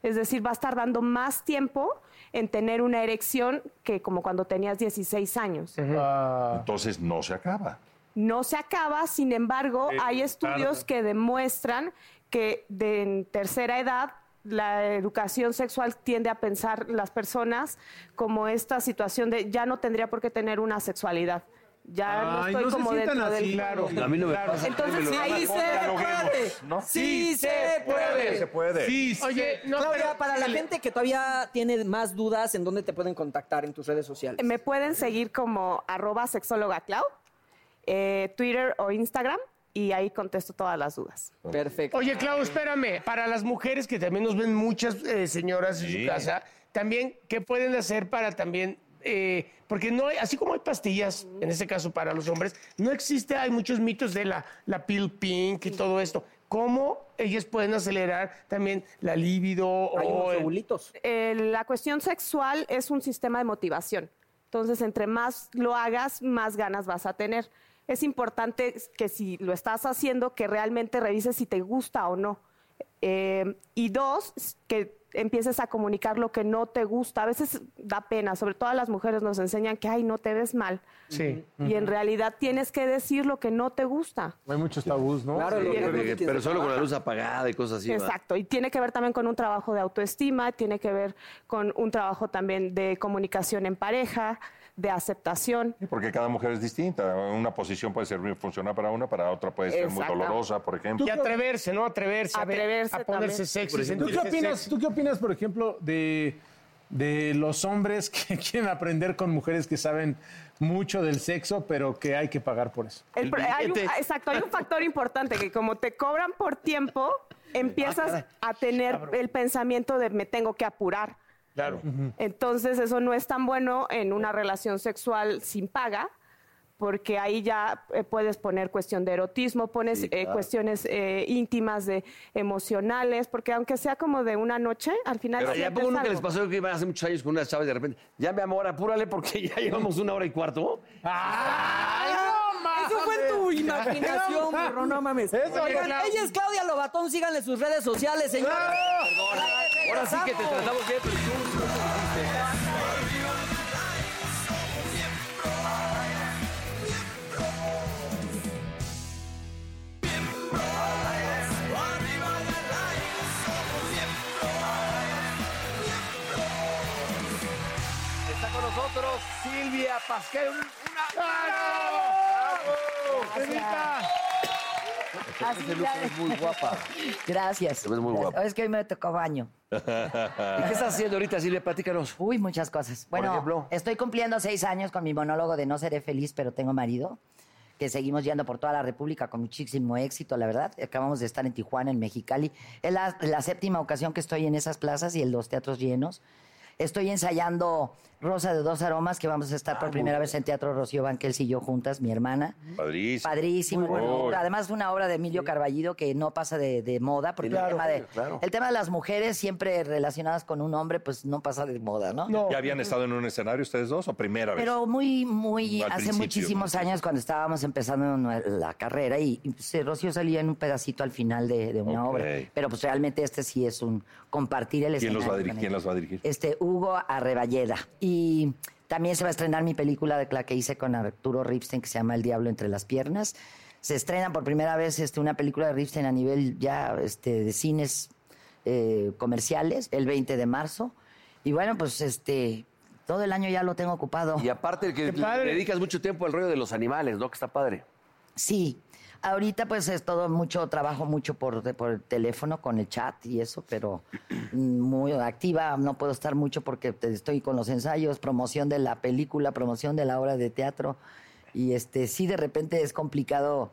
Speaker 9: Es decir, vas tardando más tiempo en tener una erección que como cuando tenías 16 años
Speaker 4: Ah. Entonces no se acaba.
Speaker 9: no se acaba, sin embargo, hay estudios que demuestran que de en tercera edad la educación sexual tiende a pensar las personas como esta situación de ya no tendría por qué tener una sexualidad. Ya
Speaker 7: Ay,
Speaker 9: no estoy
Speaker 7: no se
Speaker 9: como
Speaker 7: sientan
Speaker 9: dentro
Speaker 7: así,
Speaker 9: del
Speaker 7: claro.
Speaker 9: juego".
Speaker 3: A mí no me
Speaker 7: Claro.
Speaker 3: pasa.
Speaker 9: Entonces ahí se
Speaker 5: puede. Sí, se puede.
Speaker 4: puede.
Speaker 7: Sí,
Speaker 2: Oye, no,
Speaker 5: Claudia,
Speaker 2: pero-
Speaker 5: para la gente que todavía tiene más dudas, ¿en dónde te pueden contactar en tus redes sociales?
Speaker 9: me pueden seguir como arroba sexóloga Clau, eh, Twitter o Instagram y ahí contesto todas las dudas.
Speaker 5: Perfecto.
Speaker 2: Oye, Clau, espérame. Para las mujeres que también nos ven muchas eh, señoras en
Speaker 4: Sí.
Speaker 2: su casa, también, ¿qué pueden hacer para también... eh, porque no hay, así como hay pastillas, en este caso para los hombres, no existe, hay muchos mitos de la, la pill pink y todo esto. ¿Cómo ellas pueden acelerar también la libido
Speaker 5: Hay
Speaker 2: o
Speaker 5: unos
Speaker 2: el-
Speaker 5: ovulitos.
Speaker 9: eh, la cuestión sexual es un sistema de motivación. Entonces, entre más lo hagas, más ganas vas a tener. Es importante que si lo estás haciendo, que realmente revises si te gusta o no. Eh, y dos, s- que empieces a comunicar lo que no te gusta. A veces da pena, sobre todo a las mujeres nos enseñan que, ay, no te ves mal.
Speaker 2: Sí.
Speaker 9: Y en realidad tienes que decir lo que no te gusta.
Speaker 7: Hay muchos tabús, ¿no?
Speaker 5: Claro, lo-
Speaker 3: Pero, pero solo con la luz apagada y cosas así. ¿va?
Speaker 9: Exacto, y tiene que ver también con un trabajo de autoestima, tiene que ver con un trabajo también de comunicación en pareja, de aceptación.
Speaker 4: Porque cada mujer es distinta. Una posición puede ser muy funcional para una, para otra puede ser muy
Speaker 9: Exacto.
Speaker 4: dolorosa, por ejemplo.
Speaker 2: Y atreverse, ¿no? Atreverse. a ver,
Speaker 9: Atreverse
Speaker 2: A ponerse
Speaker 9: también.
Speaker 2: sexy.
Speaker 7: ¿Tú qué
Speaker 2: sentirse
Speaker 7: opinas,
Speaker 2: sexy.
Speaker 7: tú qué opinas, por ejemplo, de, de los hombres que quieren aprender con mujeres que saben mucho del sexo, pero que hay que pagar por eso?
Speaker 9: El pro- hay un-
Speaker 3: billete.
Speaker 9: exacto, hay un factor importante que como te cobran por tiempo, empiezas a tener el pensamiento de me tengo que apurar.
Speaker 2: Claro.
Speaker 9: Entonces eso no es tan bueno en una relación sexual sin paga, porque ahí ya eh, puedes poner cuestión de erotismo, pones eh, cuestiones eh, íntimas, de emocionales, porque aunque sea como de una noche, al final...
Speaker 3: Pero, ¿Y
Speaker 9: siempre
Speaker 3: a poco
Speaker 9: es
Speaker 3: nunca
Speaker 9: algo.
Speaker 3: les pasó que iban hace muchos años con unas chavas y de repente, ya mi amor, apúrale porque ya llevamos una hora y cuarto?
Speaker 5: Eso fue tu imaginación, burro, no mames. Oigan,
Speaker 2: Claudia.
Speaker 5: ella es Claudia Lobatón, síganle sus redes sociales, señores. Perdona.
Speaker 3: Ahora sí que te
Speaker 5: Regresamos.
Speaker 3: tratamos bien, pero tú- Está con nosotros Silvia Pasquel.
Speaker 10: Así
Speaker 3: Ese look
Speaker 10: ya-
Speaker 3: es muy guapa.
Speaker 10: Gracias.
Speaker 3: Te ves muy
Speaker 10: Gracias.
Speaker 3: guapa. Ah.
Speaker 10: Es que hoy me tocó baño.
Speaker 3: ¿Y qué estás haciendo ahorita, Silvia? Platícanos.
Speaker 10: Uy, muchas cosas. Bueno,
Speaker 3: ejemplo.
Speaker 10: estoy cumpliendo seis años con mi monólogo de No seré feliz, pero tengo marido, que seguimos yendo por toda la República con muchísimo éxito, la verdad. Acabamos de estar en Tijuana, en Mexicali. Es la, la séptima ocasión que estoy en esas plazas y en los teatros llenos. Estoy ensayando Rosa de dos aromas, que vamos a estar
Speaker 3: Ah,
Speaker 10: por primera vez en Teatro Rocío Banquels y yo juntas, mi hermana.
Speaker 4: Padrísimo.
Speaker 10: Padrísimo.
Speaker 4: Muy
Speaker 10: hermano.
Speaker 4: bueno.
Speaker 10: Además, una obra de Emilio Carballido que no pasa de, de moda, porque
Speaker 4: Claro,
Speaker 10: el, tema de,
Speaker 4: claro.
Speaker 10: el tema de las mujeres siempre relacionadas con un hombre, pues no pasa de moda, ¿no?
Speaker 4: ¿Ya habían estado en un escenario ustedes dos o primera vez?
Speaker 10: Pero muy, muy,
Speaker 4: Al
Speaker 10: hace
Speaker 4: principio,
Speaker 10: muchísimos años cuando estábamos empezando nue- la carrera y, y, pues, eh, Rocío salía en un pedacito al final de, de una
Speaker 4: Ok.
Speaker 10: obra. Pero pues realmente este sí es un compartir el
Speaker 4: ¿Quién los, va a
Speaker 10: escenario
Speaker 4: dirigir?
Speaker 10: con
Speaker 4: ¿Quién
Speaker 10: ella.
Speaker 4: los va a dirigir?
Speaker 10: Este, Hugo Arreballeda. Y también se va a estrenar mi película de la que hice con Arturo Ripstein que se llama El Diablo entre las Piernas. Se estrena por primera vez este, una película de Ripstein a nivel ya este, de cines eh, comerciales el 20 de marzo. Y bueno, pues este todo el año ya lo tengo ocupado.
Speaker 3: Y aparte el que le dedicas mucho tiempo al rollo de los animales, ¿no? Que está padre.
Speaker 10: Sí. Ahorita pues es todo mucho trabajo, mucho por, de- por el teléfono, con el chat y eso, pero mm, muy activa, no puedo estar mucho porque te- estoy con los ensayos, promoción de la película, promoción de la obra de teatro. Y este sí de repente es complicado,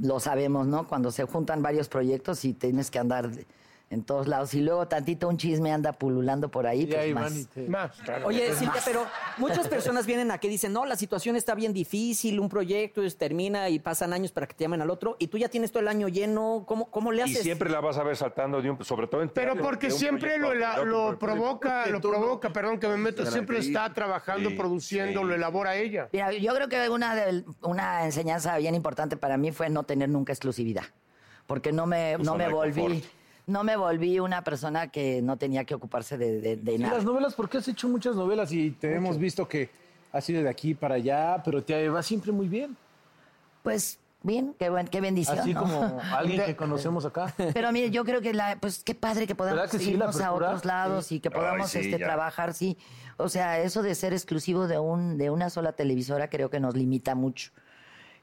Speaker 10: lo sabemos, ¿no? Cuando se juntan varios proyectos y tienes que andar de- en todos lados. Y luego tantito un chisme anda pululando por ahí, pues más.
Speaker 5: Oye,
Speaker 2: Ah,
Speaker 10: Pues
Speaker 5: Cintia,
Speaker 10: más.
Speaker 5: pero muchas personas vienen aquí y dicen, no, la situación está bien difícil, un proyecto es- termina y pasan años para que te llamen al otro, y tú ya tienes todo el año lleno, ¿cómo, cómo le
Speaker 4: Y
Speaker 5: haces?
Speaker 4: siempre la vas a ver saltando de un, sobre todo en
Speaker 2: Pero
Speaker 4: teatro,
Speaker 2: porque
Speaker 4: de un
Speaker 2: siempre
Speaker 4: proyecto
Speaker 2: lo,
Speaker 4: a
Speaker 2: ela-
Speaker 4: otro,
Speaker 2: lo
Speaker 4: pero-
Speaker 2: provoca, lo provoca, perdón que me meto,
Speaker 4: Característica.
Speaker 2: siempre está trabajando,
Speaker 4: Sí,
Speaker 2: produciendo,
Speaker 4: sí.
Speaker 2: lo elabora ella.
Speaker 10: Mira, yo creo que una, del- una enseñanza bien importante para mí fue no tener nunca exclusividad. Porque no me,
Speaker 2: Tu
Speaker 10: no
Speaker 2: zona
Speaker 10: me
Speaker 2: de
Speaker 10: volví.
Speaker 2: confort.
Speaker 10: No me volví una persona que no tenía que ocuparse de, de- de
Speaker 7: Y las
Speaker 10: nada.
Speaker 7: novelas, porque has hecho muchas novelas y te hemos visto que has ido de aquí para allá, pero te va siempre muy bien.
Speaker 10: Pues bien, qué, buen- qué bendición.
Speaker 7: Así
Speaker 10: ¿no?
Speaker 7: como alguien que conocemos acá.
Speaker 10: Pero mire, yo creo que la, pues qué padre que podamos
Speaker 7: ¿Verdad que sí, la
Speaker 10: irnos a
Speaker 7: apertura?
Speaker 10: otros lados
Speaker 7: Sí.
Speaker 10: y que
Speaker 7: Ay,
Speaker 10: podamos
Speaker 7: sí,
Speaker 10: este,
Speaker 7: ya.
Speaker 10: trabajar, sí. O sea, eso de ser exclusivo de un, de una sola televisora creo que nos limita mucho.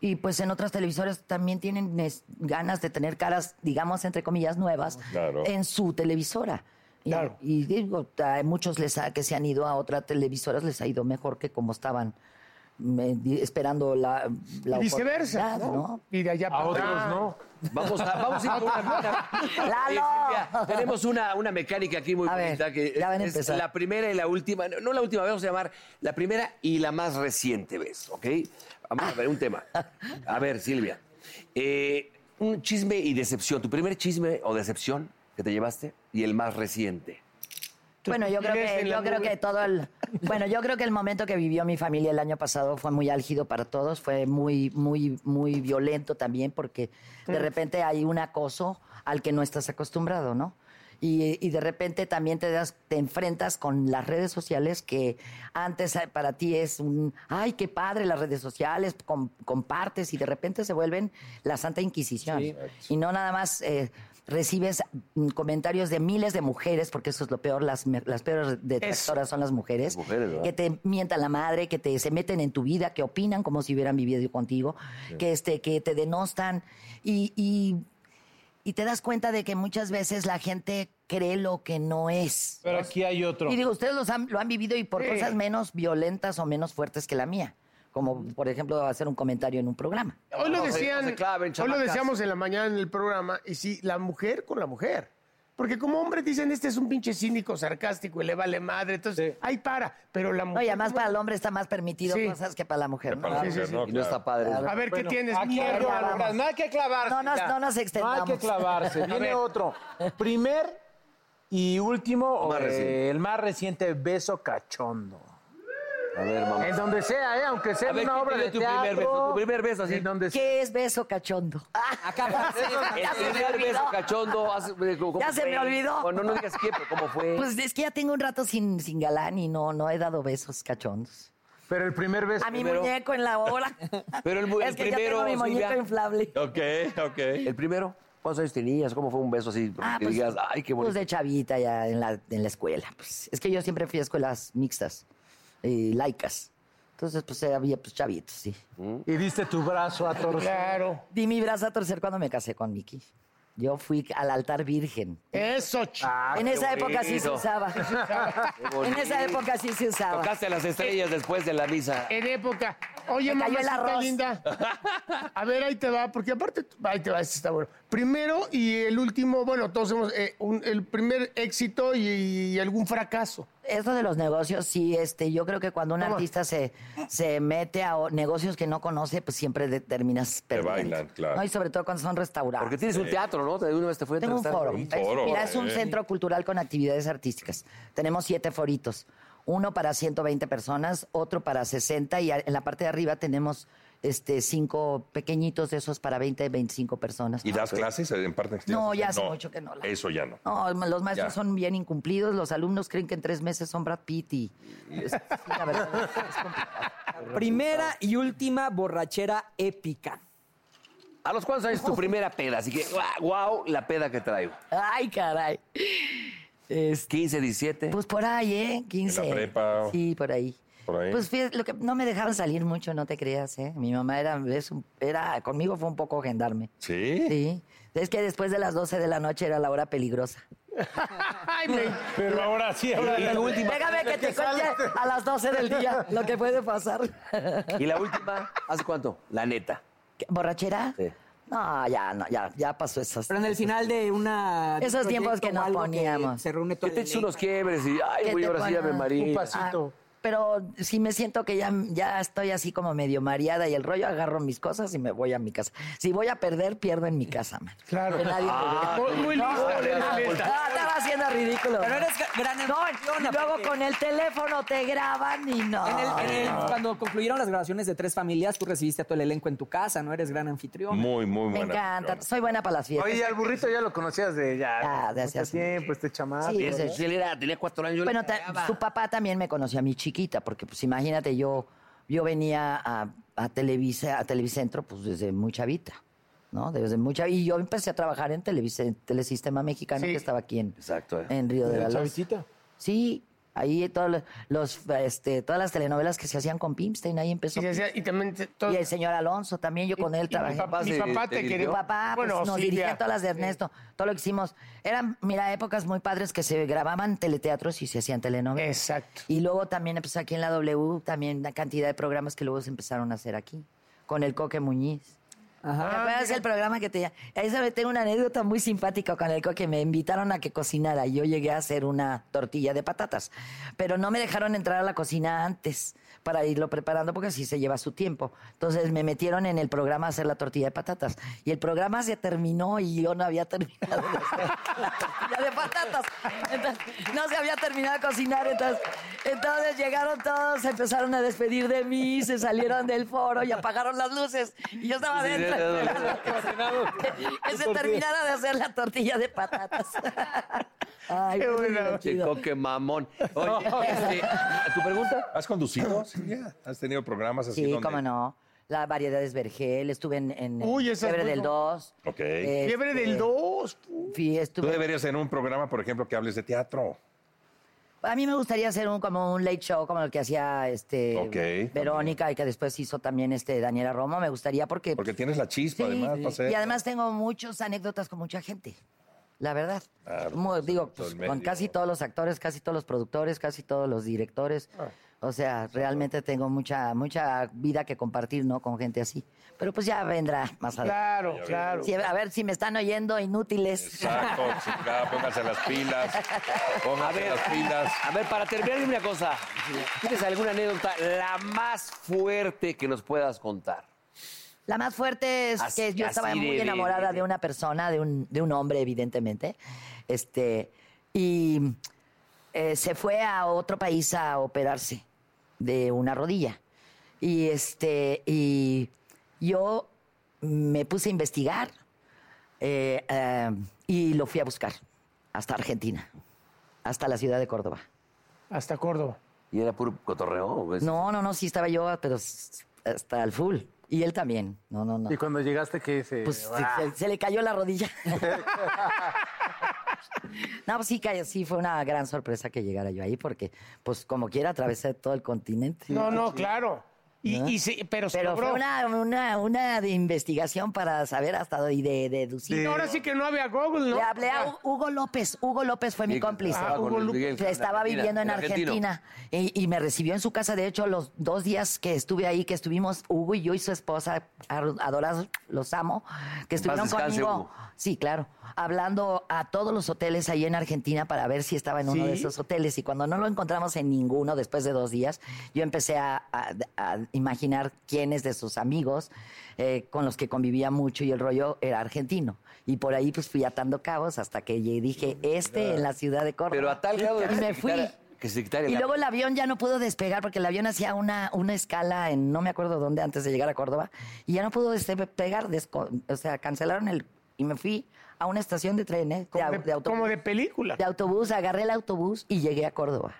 Speaker 10: Y pues en otras televisoras también tienen es, ganas de tener caras, digamos, entre comillas, nuevas
Speaker 4: Claro.
Speaker 10: en su televisora. Y, y digo, a muchos les ha- que se han ido a otras televisoras les ha ido mejor que como estaban me- di- esperando la, la
Speaker 2: Y viceversa,
Speaker 10: oportunidad,
Speaker 2: ¿no? Y de allá para atrás.
Speaker 3: Vamos a, vamos a ir con una
Speaker 10: ¡Lalo!
Speaker 3: Silvia, tenemos una, una mecánica aquí muy bonita que
Speaker 10: ya van a
Speaker 3: es
Speaker 10: empezar.
Speaker 3: la primera y la última, no, no la última, vamos a llamar la primera y la más reciente vez, ¿ok? Vamos a ver un tema. A ver, Silvia, eh, un chisme y decepción, tu primer chisme o decepción que te llevaste y el más reciente.
Speaker 10: Bueno, yo creo
Speaker 3: vives
Speaker 10: que,
Speaker 3: en la
Speaker 10: yo creo
Speaker 3: nube.
Speaker 10: que todo el. Bueno, yo creo que el momento que vivió mi familia el año pasado fue muy álgido para todos, fue muy, muy, muy violento también, porque de
Speaker 11: Mm.
Speaker 10: repente hay un acoso al que no estás acostumbrado, ¿no? Y, y de repente también te das, te enfrentas con las redes sociales que antes eh, para ti es un ay qué padre las redes sociales, com- compartes y de repente se vuelven la Santa Inquisición.
Speaker 11: Sí.
Speaker 10: Y no nada más eh, recibes mm, comentarios de miles de mujeres, porque eso es lo peor, las, me- las peores detractoras son las mujeres,
Speaker 3: ¿verdad?
Speaker 10: que te mientan la madre, que te se meten en tu vida, que opinan como si hubieran vivido contigo,
Speaker 11: Sí.
Speaker 10: que este, que te denostan y, y, y te das cuenta de que muchas veces la gente cree lo que no es.
Speaker 7: Pero aquí hay otro.
Speaker 10: Y digo, ustedes los han- lo han vivido y por
Speaker 7: Sí.
Speaker 10: cosas menos violentas o menos fuertes que la mía. Como,
Speaker 2: Mm.
Speaker 10: por ejemplo, hacer un comentario en un programa.
Speaker 2: Hoy lo
Speaker 10: No, se-
Speaker 2: decían,
Speaker 10: no se claven,
Speaker 2: hoy lo
Speaker 10: chamacas.
Speaker 2: decíamos en la mañana en el programa, y sí, la mujer con la mujer. Porque como hombres dicen, este es un pinche cínico, sarcástico, y le vale madre, entonces, ahí para. Pero la mujer...
Speaker 10: Oye, además para el hombre está más permitido
Speaker 2: Sí.
Speaker 10: cosas que para la mujer.
Speaker 2: Que para la Sí, mujer, sí, sí. no, Y no claro. está padre. A ver, ¿qué
Speaker 10: Bueno,
Speaker 2: tienes,
Speaker 10: aquí
Speaker 2: mierda?
Speaker 10: hay algo,
Speaker 2: Vamos.
Speaker 7: No hay que clavarse.
Speaker 10: No nos-
Speaker 7: ya.
Speaker 10: no nos
Speaker 7: No hay
Speaker 10: extendamos.
Speaker 7: que clavarse.
Speaker 10: A
Speaker 7: Viene
Speaker 10: ver.
Speaker 7: otro. Primer y último,
Speaker 3: Más
Speaker 7: eh,
Speaker 3: reciente.
Speaker 7: el más reciente beso cachondo.
Speaker 3: A ver, vamos.
Speaker 7: En donde sea, ¿eh? aunque sea
Speaker 3: A
Speaker 7: en
Speaker 3: ver,
Speaker 7: una
Speaker 3: ¿quién
Speaker 7: obra
Speaker 3: te dio
Speaker 7: de
Speaker 3: tu primer
Speaker 7: teatro,
Speaker 3: beso? Tu primer beso, así. Ah.
Speaker 7: En donde sea.
Speaker 10: ¿Qué es beso cachondo?
Speaker 5: Acá
Speaker 3: El primer beso cachondo, hace- ¿cómo
Speaker 10: Ya se
Speaker 3: fue?
Speaker 10: me olvidó.
Speaker 3: Bueno, no digas qué, pero ¿cómo fue?
Speaker 10: Pues es que ya tengo un rato sin, sin galán y no, no he dado besos cachondos.
Speaker 7: Pero el primer beso.
Speaker 10: A mi
Speaker 3: Primero.
Speaker 10: muñeco en la obra.
Speaker 3: Pero el, mu-
Speaker 10: Es
Speaker 3: el
Speaker 10: que ya
Speaker 3: primero.
Speaker 10: tengo mi muñeco inflable.
Speaker 3: Ok, ok. El primero. ¿Cuántos años tenías? ¿Cómo fue un beso así?
Speaker 10: Ah,
Speaker 3: que
Speaker 10: pues,
Speaker 3: digas, ay, qué bonito.
Speaker 10: Pues de chavita ya en la, en la escuela. Pues. Es que yo siempre fui a escuelas mixtas, y laicas. Entonces, pues había pues, chavitos, sí.
Speaker 3: Mm.
Speaker 7: Y diste tu brazo a torcer.
Speaker 2: Claro.
Speaker 10: Di mi brazo a torcer cuando me casé con Miki. Yo fui al altar virgen.
Speaker 2: Eso,
Speaker 7: Ah,
Speaker 10: en esa época sí se usaba.
Speaker 3: Qué
Speaker 10: en esa
Speaker 3: bonito.
Speaker 10: época sí se usaba.
Speaker 3: Tocaste a las estrellas después de la misa.
Speaker 2: En época. Oye,
Speaker 10: Me cayó el
Speaker 2: mamacita
Speaker 10: arroz.
Speaker 2: linda. A ver, ahí te va, porque aparte, ahí te va, este está bueno. Primero y el último, bueno, todos hemos, eh, un- el primer éxito y, y algún fracaso.
Speaker 10: Eso de los negocios, sí, este, yo creo que cuando un artista se, se mete a o- negocios que no conoce, pues siempre de- terminas perdiendo.
Speaker 3: bailan, claro.
Speaker 10: No, y sobre todo cuando son restaurantes.
Speaker 3: Porque tienes un teatro, ¿no? De una vez te fue a
Speaker 10: Tengo un
Speaker 3: entrevistar.
Speaker 10: foro. eh. Es- mira, es un centro cultural con actividades artísticas. Tenemos siete foritos. Uno para 120 personas, otro para 60 y a- en la parte de arriba tenemos este cinco pequeñitos de esos para 20 y 25 personas.
Speaker 4: ¿Y das clases en parte?
Speaker 10: No, ya hace mucho que no las-
Speaker 4: Eso ya no.
Speaker 10: No, los maestros
Speaker 4: Ya.
Speaker 10: son bien incumplidos, los alumnos creen que en tres meses son Brad Pitt y... es- sí, la verdad, es complicado.
Speaker 5: Primera y última borrachera épica.
Speaker 3: ¿A los cuántos años es tu primera peda? Así que, wow, la peda que traigo.
Speaker 10: Ay, caray.
Speaker 3: 15, 17.
Speaker 10: Pues por ahí, ¿eh? 15.
Speaker 3: En la prepa. ¿eh?
Speaker 10: Sí, por ahí.
Speaker 3: Por ahí.
Speaker 10: Pues fíjate, lo que, no me dejaban salir mucho, no te creas, ¿eh? Mi mamá era, es un- era, conmigo fue un poco gendarme.
Speaker 4: ¿Sí?
Speaker 10: Sí. Es que después de las 12 de la noche era la hora peligrosa.
Speaker 7: Pero ahora sí, ahora
Speaker 10: Déjame
Speaker 7: la última.
Speaker 10: que te cuente a las 12 del día lo que puede pasar.
Speaker 3: ¿Y la última? ¿Hace cuánto? La neta.
Speaker 10: ¿Qué, ¿Borrachera?
Speaker 3: Sí.
Speaker 10: No, ya, no, ya, ya pasó eso.
Speaker 5: Pero en el final de una... de un
Speaker 10: Esos tiempos
Speaker 5: proyecto
Speaker 10: que
Speaker 5: o
Speaker 10: nos
Speaker 5: algo
Speaker 10: poníamos.
Speaker 5: Se reúne todo
Speaker 3: Yo te
Speaker 5: el
Speaker 3: eché
Speaker 5: elenco.
Speaker 3: unos quiebres y, ay,
Speaker 10: ¿Qué
Speaker 3: güey,
Speaker 10: te
Speaker 3: ahora sí,
Speaker 10: ponen?
Speaker 3: Ave María.
Speaker 10: Ah, pero sí me siento que ya, ya estoy así como medio mareada y el rollo agarro mis cosas y me voy a mi casa. Si voy a perder, pierdo en mi casa, man. Claro. nadie me
Speaker 2: Ah,
Speaker 10: vea.
Speaker 2: muy- muy
Speaker 10: No,
Speaker 2: lista,
Speaker 10: no,
Speaker 2: Elena,
Speaker 10: no,
Speaker 2: lista.
Speaker 10: no, estaba haciendo ridículo.
Speaker 5: Pero
Speaker 10: man.
Speaker 5: eres gran
Speaker 10: no, y luego con el teléfono te graban y no.
Speaker 5: En el- en el- cuando concluyeron las grabaciones de Tres Familias, tú recibiste a todo el elenco en tu casa, ¿no? Eres gran anfitrión.
Speaker 4: Muy, muy
Speaker 10: me encanta. Soy buena para las fiestas.
Speaker 11: Oye, y al burrito ya lo conocías de ya.
Speaker 10: Ah, de hace
Speaker 11: mucho tiempo, este chamaco.
Speaker 10: Sí, sí, sí.
Speaker 3: Él era, tenía cuatro años. yo le
Speaker 10: Bueno, ta-
Speaker 3: pegaba.
Speaker 10: su papá también me conoció a mi chiquita, porque pues imagínate, yo, yo venía a, a Televisa, a Televicentro, pues desde muy chavita, ¿no? Desde muy chavi- Y yo empecé a trabajar en Televisa, en Telesistema Mexicano, que estaba aquí en,
Speaker 3: Exacto.
Speaker 10: en Río eh. de la Luz.
Speaker 7: Chavitita.
Speaker 10: Sí, ahí todos los- los, este, todas las telenovelas que se hacían con Pimstein, ahí empezó.
Speaker 2: Y, se hacía-
Speaker 10: Pimstein.
Speaker 2: y también te- todo-
Speaker 10: Y el señor Alonso también, yo con él trabajé.
Speaker 2: mi papá- mi papá te
Speaker 10: Mi
Speaker 2: quería-
Speaker 10: papá pues,
Speaker 2: Bueno,
Speaker 10: nos
Speaker 2: sí,
Speaker 10: dirigía
Speaker 2: ya.
Speaker 10: todas las de Ernesto, todo lo que hicimos. Eran, mira, épocas muy padres que se grababan teleteatros y se hacían telenovelas.
Speaker 2: Exacto.
Speaker 10: Y luego también, pues aquí en la W, también la cantidad de programas que luego se empezaron a hacer aquí, con el Coque Muñiz. ¿Te
Speaker 3: Ah,
Speaker 10: acuerdas el programa que te Ahí sabe, tengo una anécdota muy simpática con el coque. Me invitaron a que cocinara y yo llegué a hacer una tortilla de patatas. Pero no me dejaron entrar a la cocina antes para irlo preparando porque así se lleva su tiempo. Entonces me metieron en el programa a hacer la tortilla de patatas. Y el programa se terminó y yo no había terminado de hacer la tortilla de patatas. Entonces, no se había terminado de cocinar. Entonces, entonces llegaron todos, se empezaron a despedir de mí, se salieron del foro y apagaron las luces. Y yo estaba
Speaker 3: Sí, sí,
Speaker 10: adentro.
Speaker 3: sí, sí, sí.
Speaker 10: esperando que se terminara de hacer la tortilla de patatas.
Speaker 4: Pues
Speaker 10: Ay, fue muy
Speaker 3: Qué
Speaker 10: divertido.
Speaker 3: coque mamón. Oye, este, ¿a ¿tu pregunta?
Speaker 4: ¿Has conducido, Silvia? ¿Has tenido programas así?
Speaker 10: Sí,
Speaker 4: donde-
Speaker 10: cómo no. La variedad es vergel, estuve en, en
Speaker 2: Uy, esa es
Speaker 10: Fiebre
Speaker 2: muy
Speaker 10: del
Speaker 2: bu-
Speaker 10: 2.
Speaker 4: Ok. Este,
Speaker 2: Fiebre del 2.
Speaker 4: Tú deberías en un programa, por ejemplo, que hables de teatro.
Speaker 10: A mí me gustaría hacer un como un late show como el que hacía este
Speaker 4: Ok.
Speaker 10: Verónica y que después hizo también este Daniela Romo. Me gustaría porque
Speaker 4: Porque tienes la chispa,
Speaker 10: Sí,
Speaker 4: además. para hacer-
Speaker 10: y además tengo muchas anécdotas con mucha gente. La verdad.
Speaker 4: Claro,
Speaker 10: Mu- digo,
Speaker 4: todo
Speaker 10: pues,
Speaker 4: el
Speaker 10: con
Speaker 4: medio.
Speaker 10: casi todos los actores, casi todos los productores, casi todos los directores. O sea, realmente tengo mucha mucha vida que compartir, ¿no? Con gente así. Pero pues ya vendrá más adelante.
Speaker 2: Claro, claro.
Speaker 10: Sí, a ver si me están oyendo inútiles.
Speaker 4: Exacto, chingada, pónganse las pilas.
Speaker 3: A
Speaker 4: Pónganse
Speaker 3: ver,
Speaker 4: las pilas.
Speaker 3: a ver, para terminar, dime una cosa. ¿Tienes alguna anécdota la más fuerte que nos puedas contar?
Speaker 10: La más fuerte es
Speaker 3: Así-
Speaker 10: que yo estaba
Speaker 3: así de-
Speaker 10: muy
Speaker 3: de-
Speaker 10: enamorada de,
Speaker 3: de-
Speaker 10: una persona, de un, de un hombre, evidentemente. Este, y eh, se fue a otro país a operarse de una rodilla. Y este, y yo me puse a investigar eh, eh, y lo fui a buscar hasta Argentina, hasta la ciudad de Córdoba.
Speaker 2: Hasta Córdoba.
Speaker 3: ¿Y era puro cotorreo? pues?
Speaker 10: No, no, no, sí estaba yo, pero s- hasta el full. Y él también. No, no, no.
Speaker 11: Y cuando llegaste, que se.
Speaker 10: Pues se-
Speaker 11: Ah,
Speaker 10: se, se le cayó la rodilla. no, pues sí, cayó, sí, fue una gran sorpresa que llegara yo ahí, porque, pues como quiera, atravesé todo el continente.
Speaker 2: No, no, claro. Y,
Speaker 10: ¿no?
Speaker 2: y se- pero se
Speaker 10: Pero
Speaker 2: logró.
Speaker 10: fue una, una, una de investigación para saber hasta do- y de, deducir.
Speaker 2: Sí, ahora sí que no había Google, ¿no?
Speaker 10: Le hablé a Hu- Hugo López. Hugo López fue mi
Speaker 2: Miguel,
Speaker 10: cómplice.
Speaker 2: ah, Hugo Lu- Miguel,
Speaker 10: Estaba
Speaker 2: Argentina,
Speaker 10: viviendo en
Speaker 2: el argentino.
Speaker 10: Argentina y, y me recibió en su casa. De hecho, los dos días que estuve ahí, que estuvimos Hugo y yo y su esposa, ar- adorados, los amo, que
Speaker 3: En paz
Speaker 10: estuvieron
Speaker 3: descanse,
Speaker 10: conmigo.
Speaker 3: Hugo.
Speaker 10: Sí, claro. Hablando a todos los hoteles ahí en Argentina para ver si estaba en uno de
Speaker 3: Sí.
Speaker 10: esos hoteles. Y cuando no lo encontramos en ninguno después de dos días, yo empecé a, a- a imaginar quiénes de sus amigos eh, con los que convivía mucho y el rollo era argentino. Y por ahí pues fui atando cabos hasta que llegué y dije, este en la ciudad de Córdoba.
Speaker 3: Pero a tal grado de
Speaker 10: Y
Speaker 3: que
Speaker 10: me
Speaker 3: se
Speaker 10: fui.
Speaker 3: quitara- que se quitara
Speaker 10: Y
Speaker 3: la-
Speaker 10: luego el avión ya no pudo despegar porque el avión hacía una, una escala en no me acuerdo dónde antes de llegar a Córdoba y ya no pudo despegar, desco- o sea, cancelaron el... Y me fui a una estación de trenes, de, au- de autobús. Como
Speaker 2: de película.
Speaker 10: De autobús, agarré el autobús y llegué a Córdoba.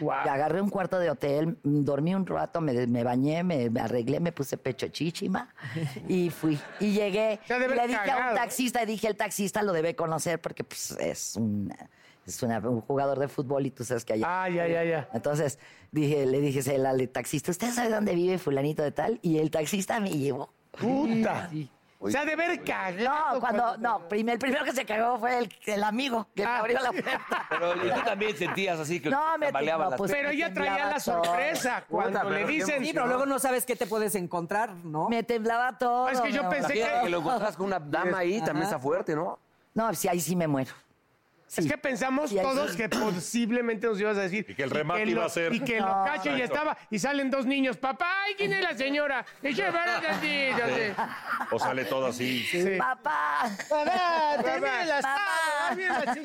Speaker 10: Y Agarré un cuarto de hotel, mm, dormí un rato, me, me bañé, me, me arreglé, me puse pecho chichima y fui. Y llegué,
Speaker 2: ha de
Speaker 10: y
Speaker 2: haber
Speaker 10: le dije a
Speaker 2: cagado,
Speaker 10: un
Speaker 2: ¿eh?
Speaker 10: taxista, y dije, el taxista lo debe conocer porque pues, es, una- es una- un jugador de fútbol y tú sabes que allá...
Speaker 2: Ah, ya, ya, ya.
Speaker 10: Entonces dije, le dije "Se- al taxista, ¿usted sabe dónde vive fulanito de tal? Y el taxista me llevó.
Speaker 2: ¡Puta!
Speaker 10: O
Speaker 2: Se ha de haber
Speaker 10: cagado. No, cuando, no, primer- el primero que se cagó fue el, el amigo
Speaker 2: Ah.
Speaker 10: que me abrió la puerta.
Speaker 3: Pero y tú también sentías así que
Speaker 10: No, me-
Speaker 3: tambaleaban
Speaker 10: no,
Speaker 3: las
Speaker 10: pues,
Speaker 3: piernas.
Speaker 10: Pero ella traía la sorpresa cuando Puta, le pero dicen- qué
Speaker 5: Sí, pero luego no sabes qué te puedes encontrar, ¿no?
Speaker 10: Me temblaba todo.
Speaker 5: Es que yo
Speaker 10: mi amor.
Speaker 5: pensé
Speaker 3: Imagínate que lo encontrás con una dama ahí,
Speaker 10: Ajá.
Speaker 3: también está fuerte, ¿no?
Speaker 10: No, sí, ahí sí me muero.
Speaker 2: Es que pensamos
Speaker 10: Sí, ahí
Speaker 2: todos
Speaker 10: sí.
Speaker 2: que posiblemente nos ibas a decir. Y que
Speaker 10: el remate iba
Speaker 2: lo-
Speaker 10: a ser.
Speaker 2: Y que lo
Speaker 10: No.
Speaker 2: cacho y
Speaker 10: Exacto.
Speaker 2: estaba. Y salen dos niños. Papá, ¿y quién es la señora? Y yo, "Bárbara, sí, yo sé".
Speaker 4: O sale todo así.
Speaker 10: Papá.
Speaker 2: Papá, te
Speaker 1: Papá.
Speaker 2: viene la
Speaker 10: Papá.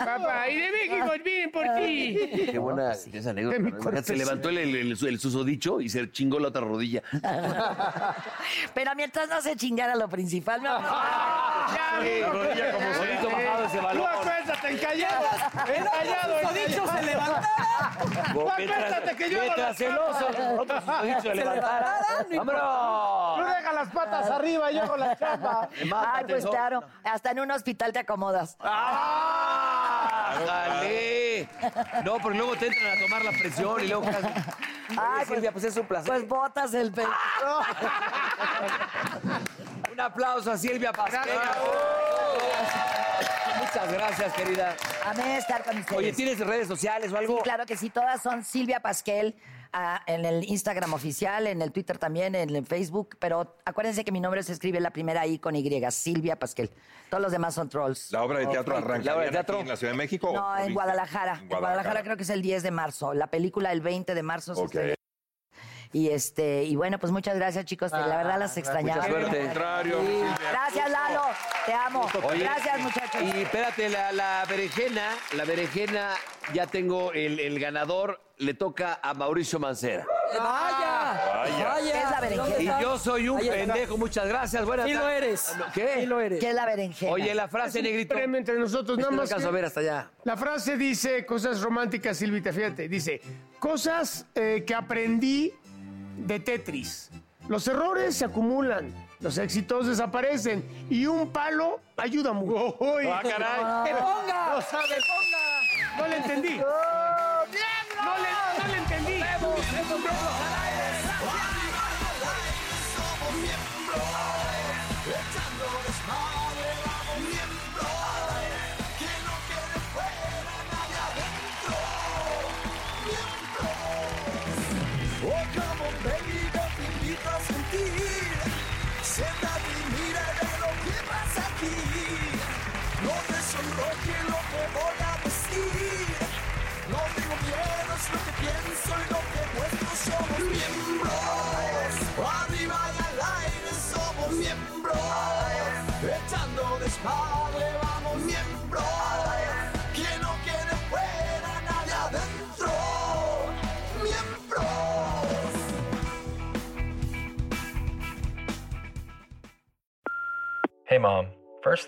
Speaker 2: Papá, y de México vienen por ti.
Speaker 3: Qué buena
Speaker 10: pues,
Speaker 3: esa anécdota.
Speaker 2: De mi
Speaker 3: ¿no? Imagínate, Se
Speaker 2: cortesía.
Speaker 3: levantó el, el- el- el susodicho y se chingó la otra rodilla.
Speaker 10: Pero mientras no se chingara lo principal, mi amor.
Speaker 2: Ya, amigo.
Speaker 3: Rodilla como solito bajado ese balón.
Speaker 2: Tú acuéstate, encallado. Encallado.
Speaker 3: susodicho se
Speaker 2: levantara. Tú
Speaker 3: Mientras-
Speaker 2: acuéstate que yo no
Speaker 3: mientras
Speaker 2: las
Speaker 3: el oso,
Speaker 2: pago.
Speaker 3: otro susodicho se
Speaker 2: Se
Speaker 3: levantara.
Speaker 2: levantarán, no importa.
Speaker 3: ¡Vámonos!
Speaker 2: Tú deja las patas arriba, yo hago la chamba.
Speaker 10: Ay, pues
Speaker 2: tesoro.
Speaker 10: claro. Hasta en un hospital te acomodas.
Speaker 3: Ah, ¡Ájale! No, porque luego te entran a tomar la presión y luego... Ay, Silvia, pues es un placer.
Speaker 10: Pues botas el pelo.
Speaker 3: Un aplauso a Silvia Pasquera. Muchas gracias, querida.
Speaker 10: Amé estar con ustedes.
Speaker 3: Oye, ¿tienes redes sociales o algo?
Speaker 10: Sí, claro que sí, todas son Silvia Pasquel ah, en el Instagram oficial, en el Twitter también, en el Facebook, pero acuérdense que mi nombre se escribe la primera I con Y, Silvia Pasquel. Todos los demás son trolls.
Speaker 4: La obra de teatro
Speaker 10: Ok.
Speaker 4: arranca en la Ciudad de México. o
Speaker 10: No, en
Speaker 4: provincia?
Speaker 10: Guadalajara. En Guadalajara creo que es el 10 de marzo. La película el 20 de marzo. se estrena. Y este, y bueno, pues muchas gracias, chicos. la verdad las extrañaba.
Speaker 3: Mucha suerte. Ah, Al contrario, Silvia.
Speaker 10: Gracias, Lalo. Te amo.
Speaker 3: Oye,
Speaker 10: gracias, muchachos.
Speaker 3: Y espérate, la, la berenjena, la berenjena, ya tengo el, el ganador, le toca a Mauricio Mancera.
Speaker 10: Vaya.
Speaker 5: Vaya.
Speaker 10: Es la
Speaker 3: Y
Speaker 10: berenjena.
Speaker 3: yo soy un
Speaker 10: Ahí está.
Speaker 3: pendejo, muchas gracias. Buenas
Speaker 10: Sí lo
Speaker 3: tardes.
Speaker 10: eres.
Speaker 3: ¿Qué?
Speaker 10: Sí lo eres. ¿Qué es la berenjena?
Speaker 3: Oye, la frase,
Speaker 2: Es un
Speaker 3: negrito.
Speaker 2: premio entre nosotros,
Speaker 3: Es
Speaker 2: nada
Speaker 3: que no
Speaker 2: más
Speaker 3: alcanzo
Speaker 2: que-
Speaker 3: a ver hasta allá.
Speaker 2: La frase dice cosas románticas, Silvita, fíjate. Dice, cosas eh, que aprendí de Tetris. Los errores se acumulan, los éxitos desaparecen y un palo ayuda mucho.
Speaker 1: ¡Ah, caray!
Speaker 2: ¡Que ponga!
Speaker 1: ¡No
Speaker 2: No
Speaker 1: sabe!
Speaker 2: sabes. No le entendí. No le, no le entendí.
Speaker 1: Oh, como baby, te invito a sentir. Siéntate y mira de lo que pasa aquí. No te sonroje lo que voy a decir. No tengo miedo, es lo que pienso y lo que muestro. Somos miembros. Arriba y al aire somos miembros. Echando desmadre, vamos miembros. Quien no quiere fuera, nadie adentro. Miembros.
Speaker 12: Hey, Mom. First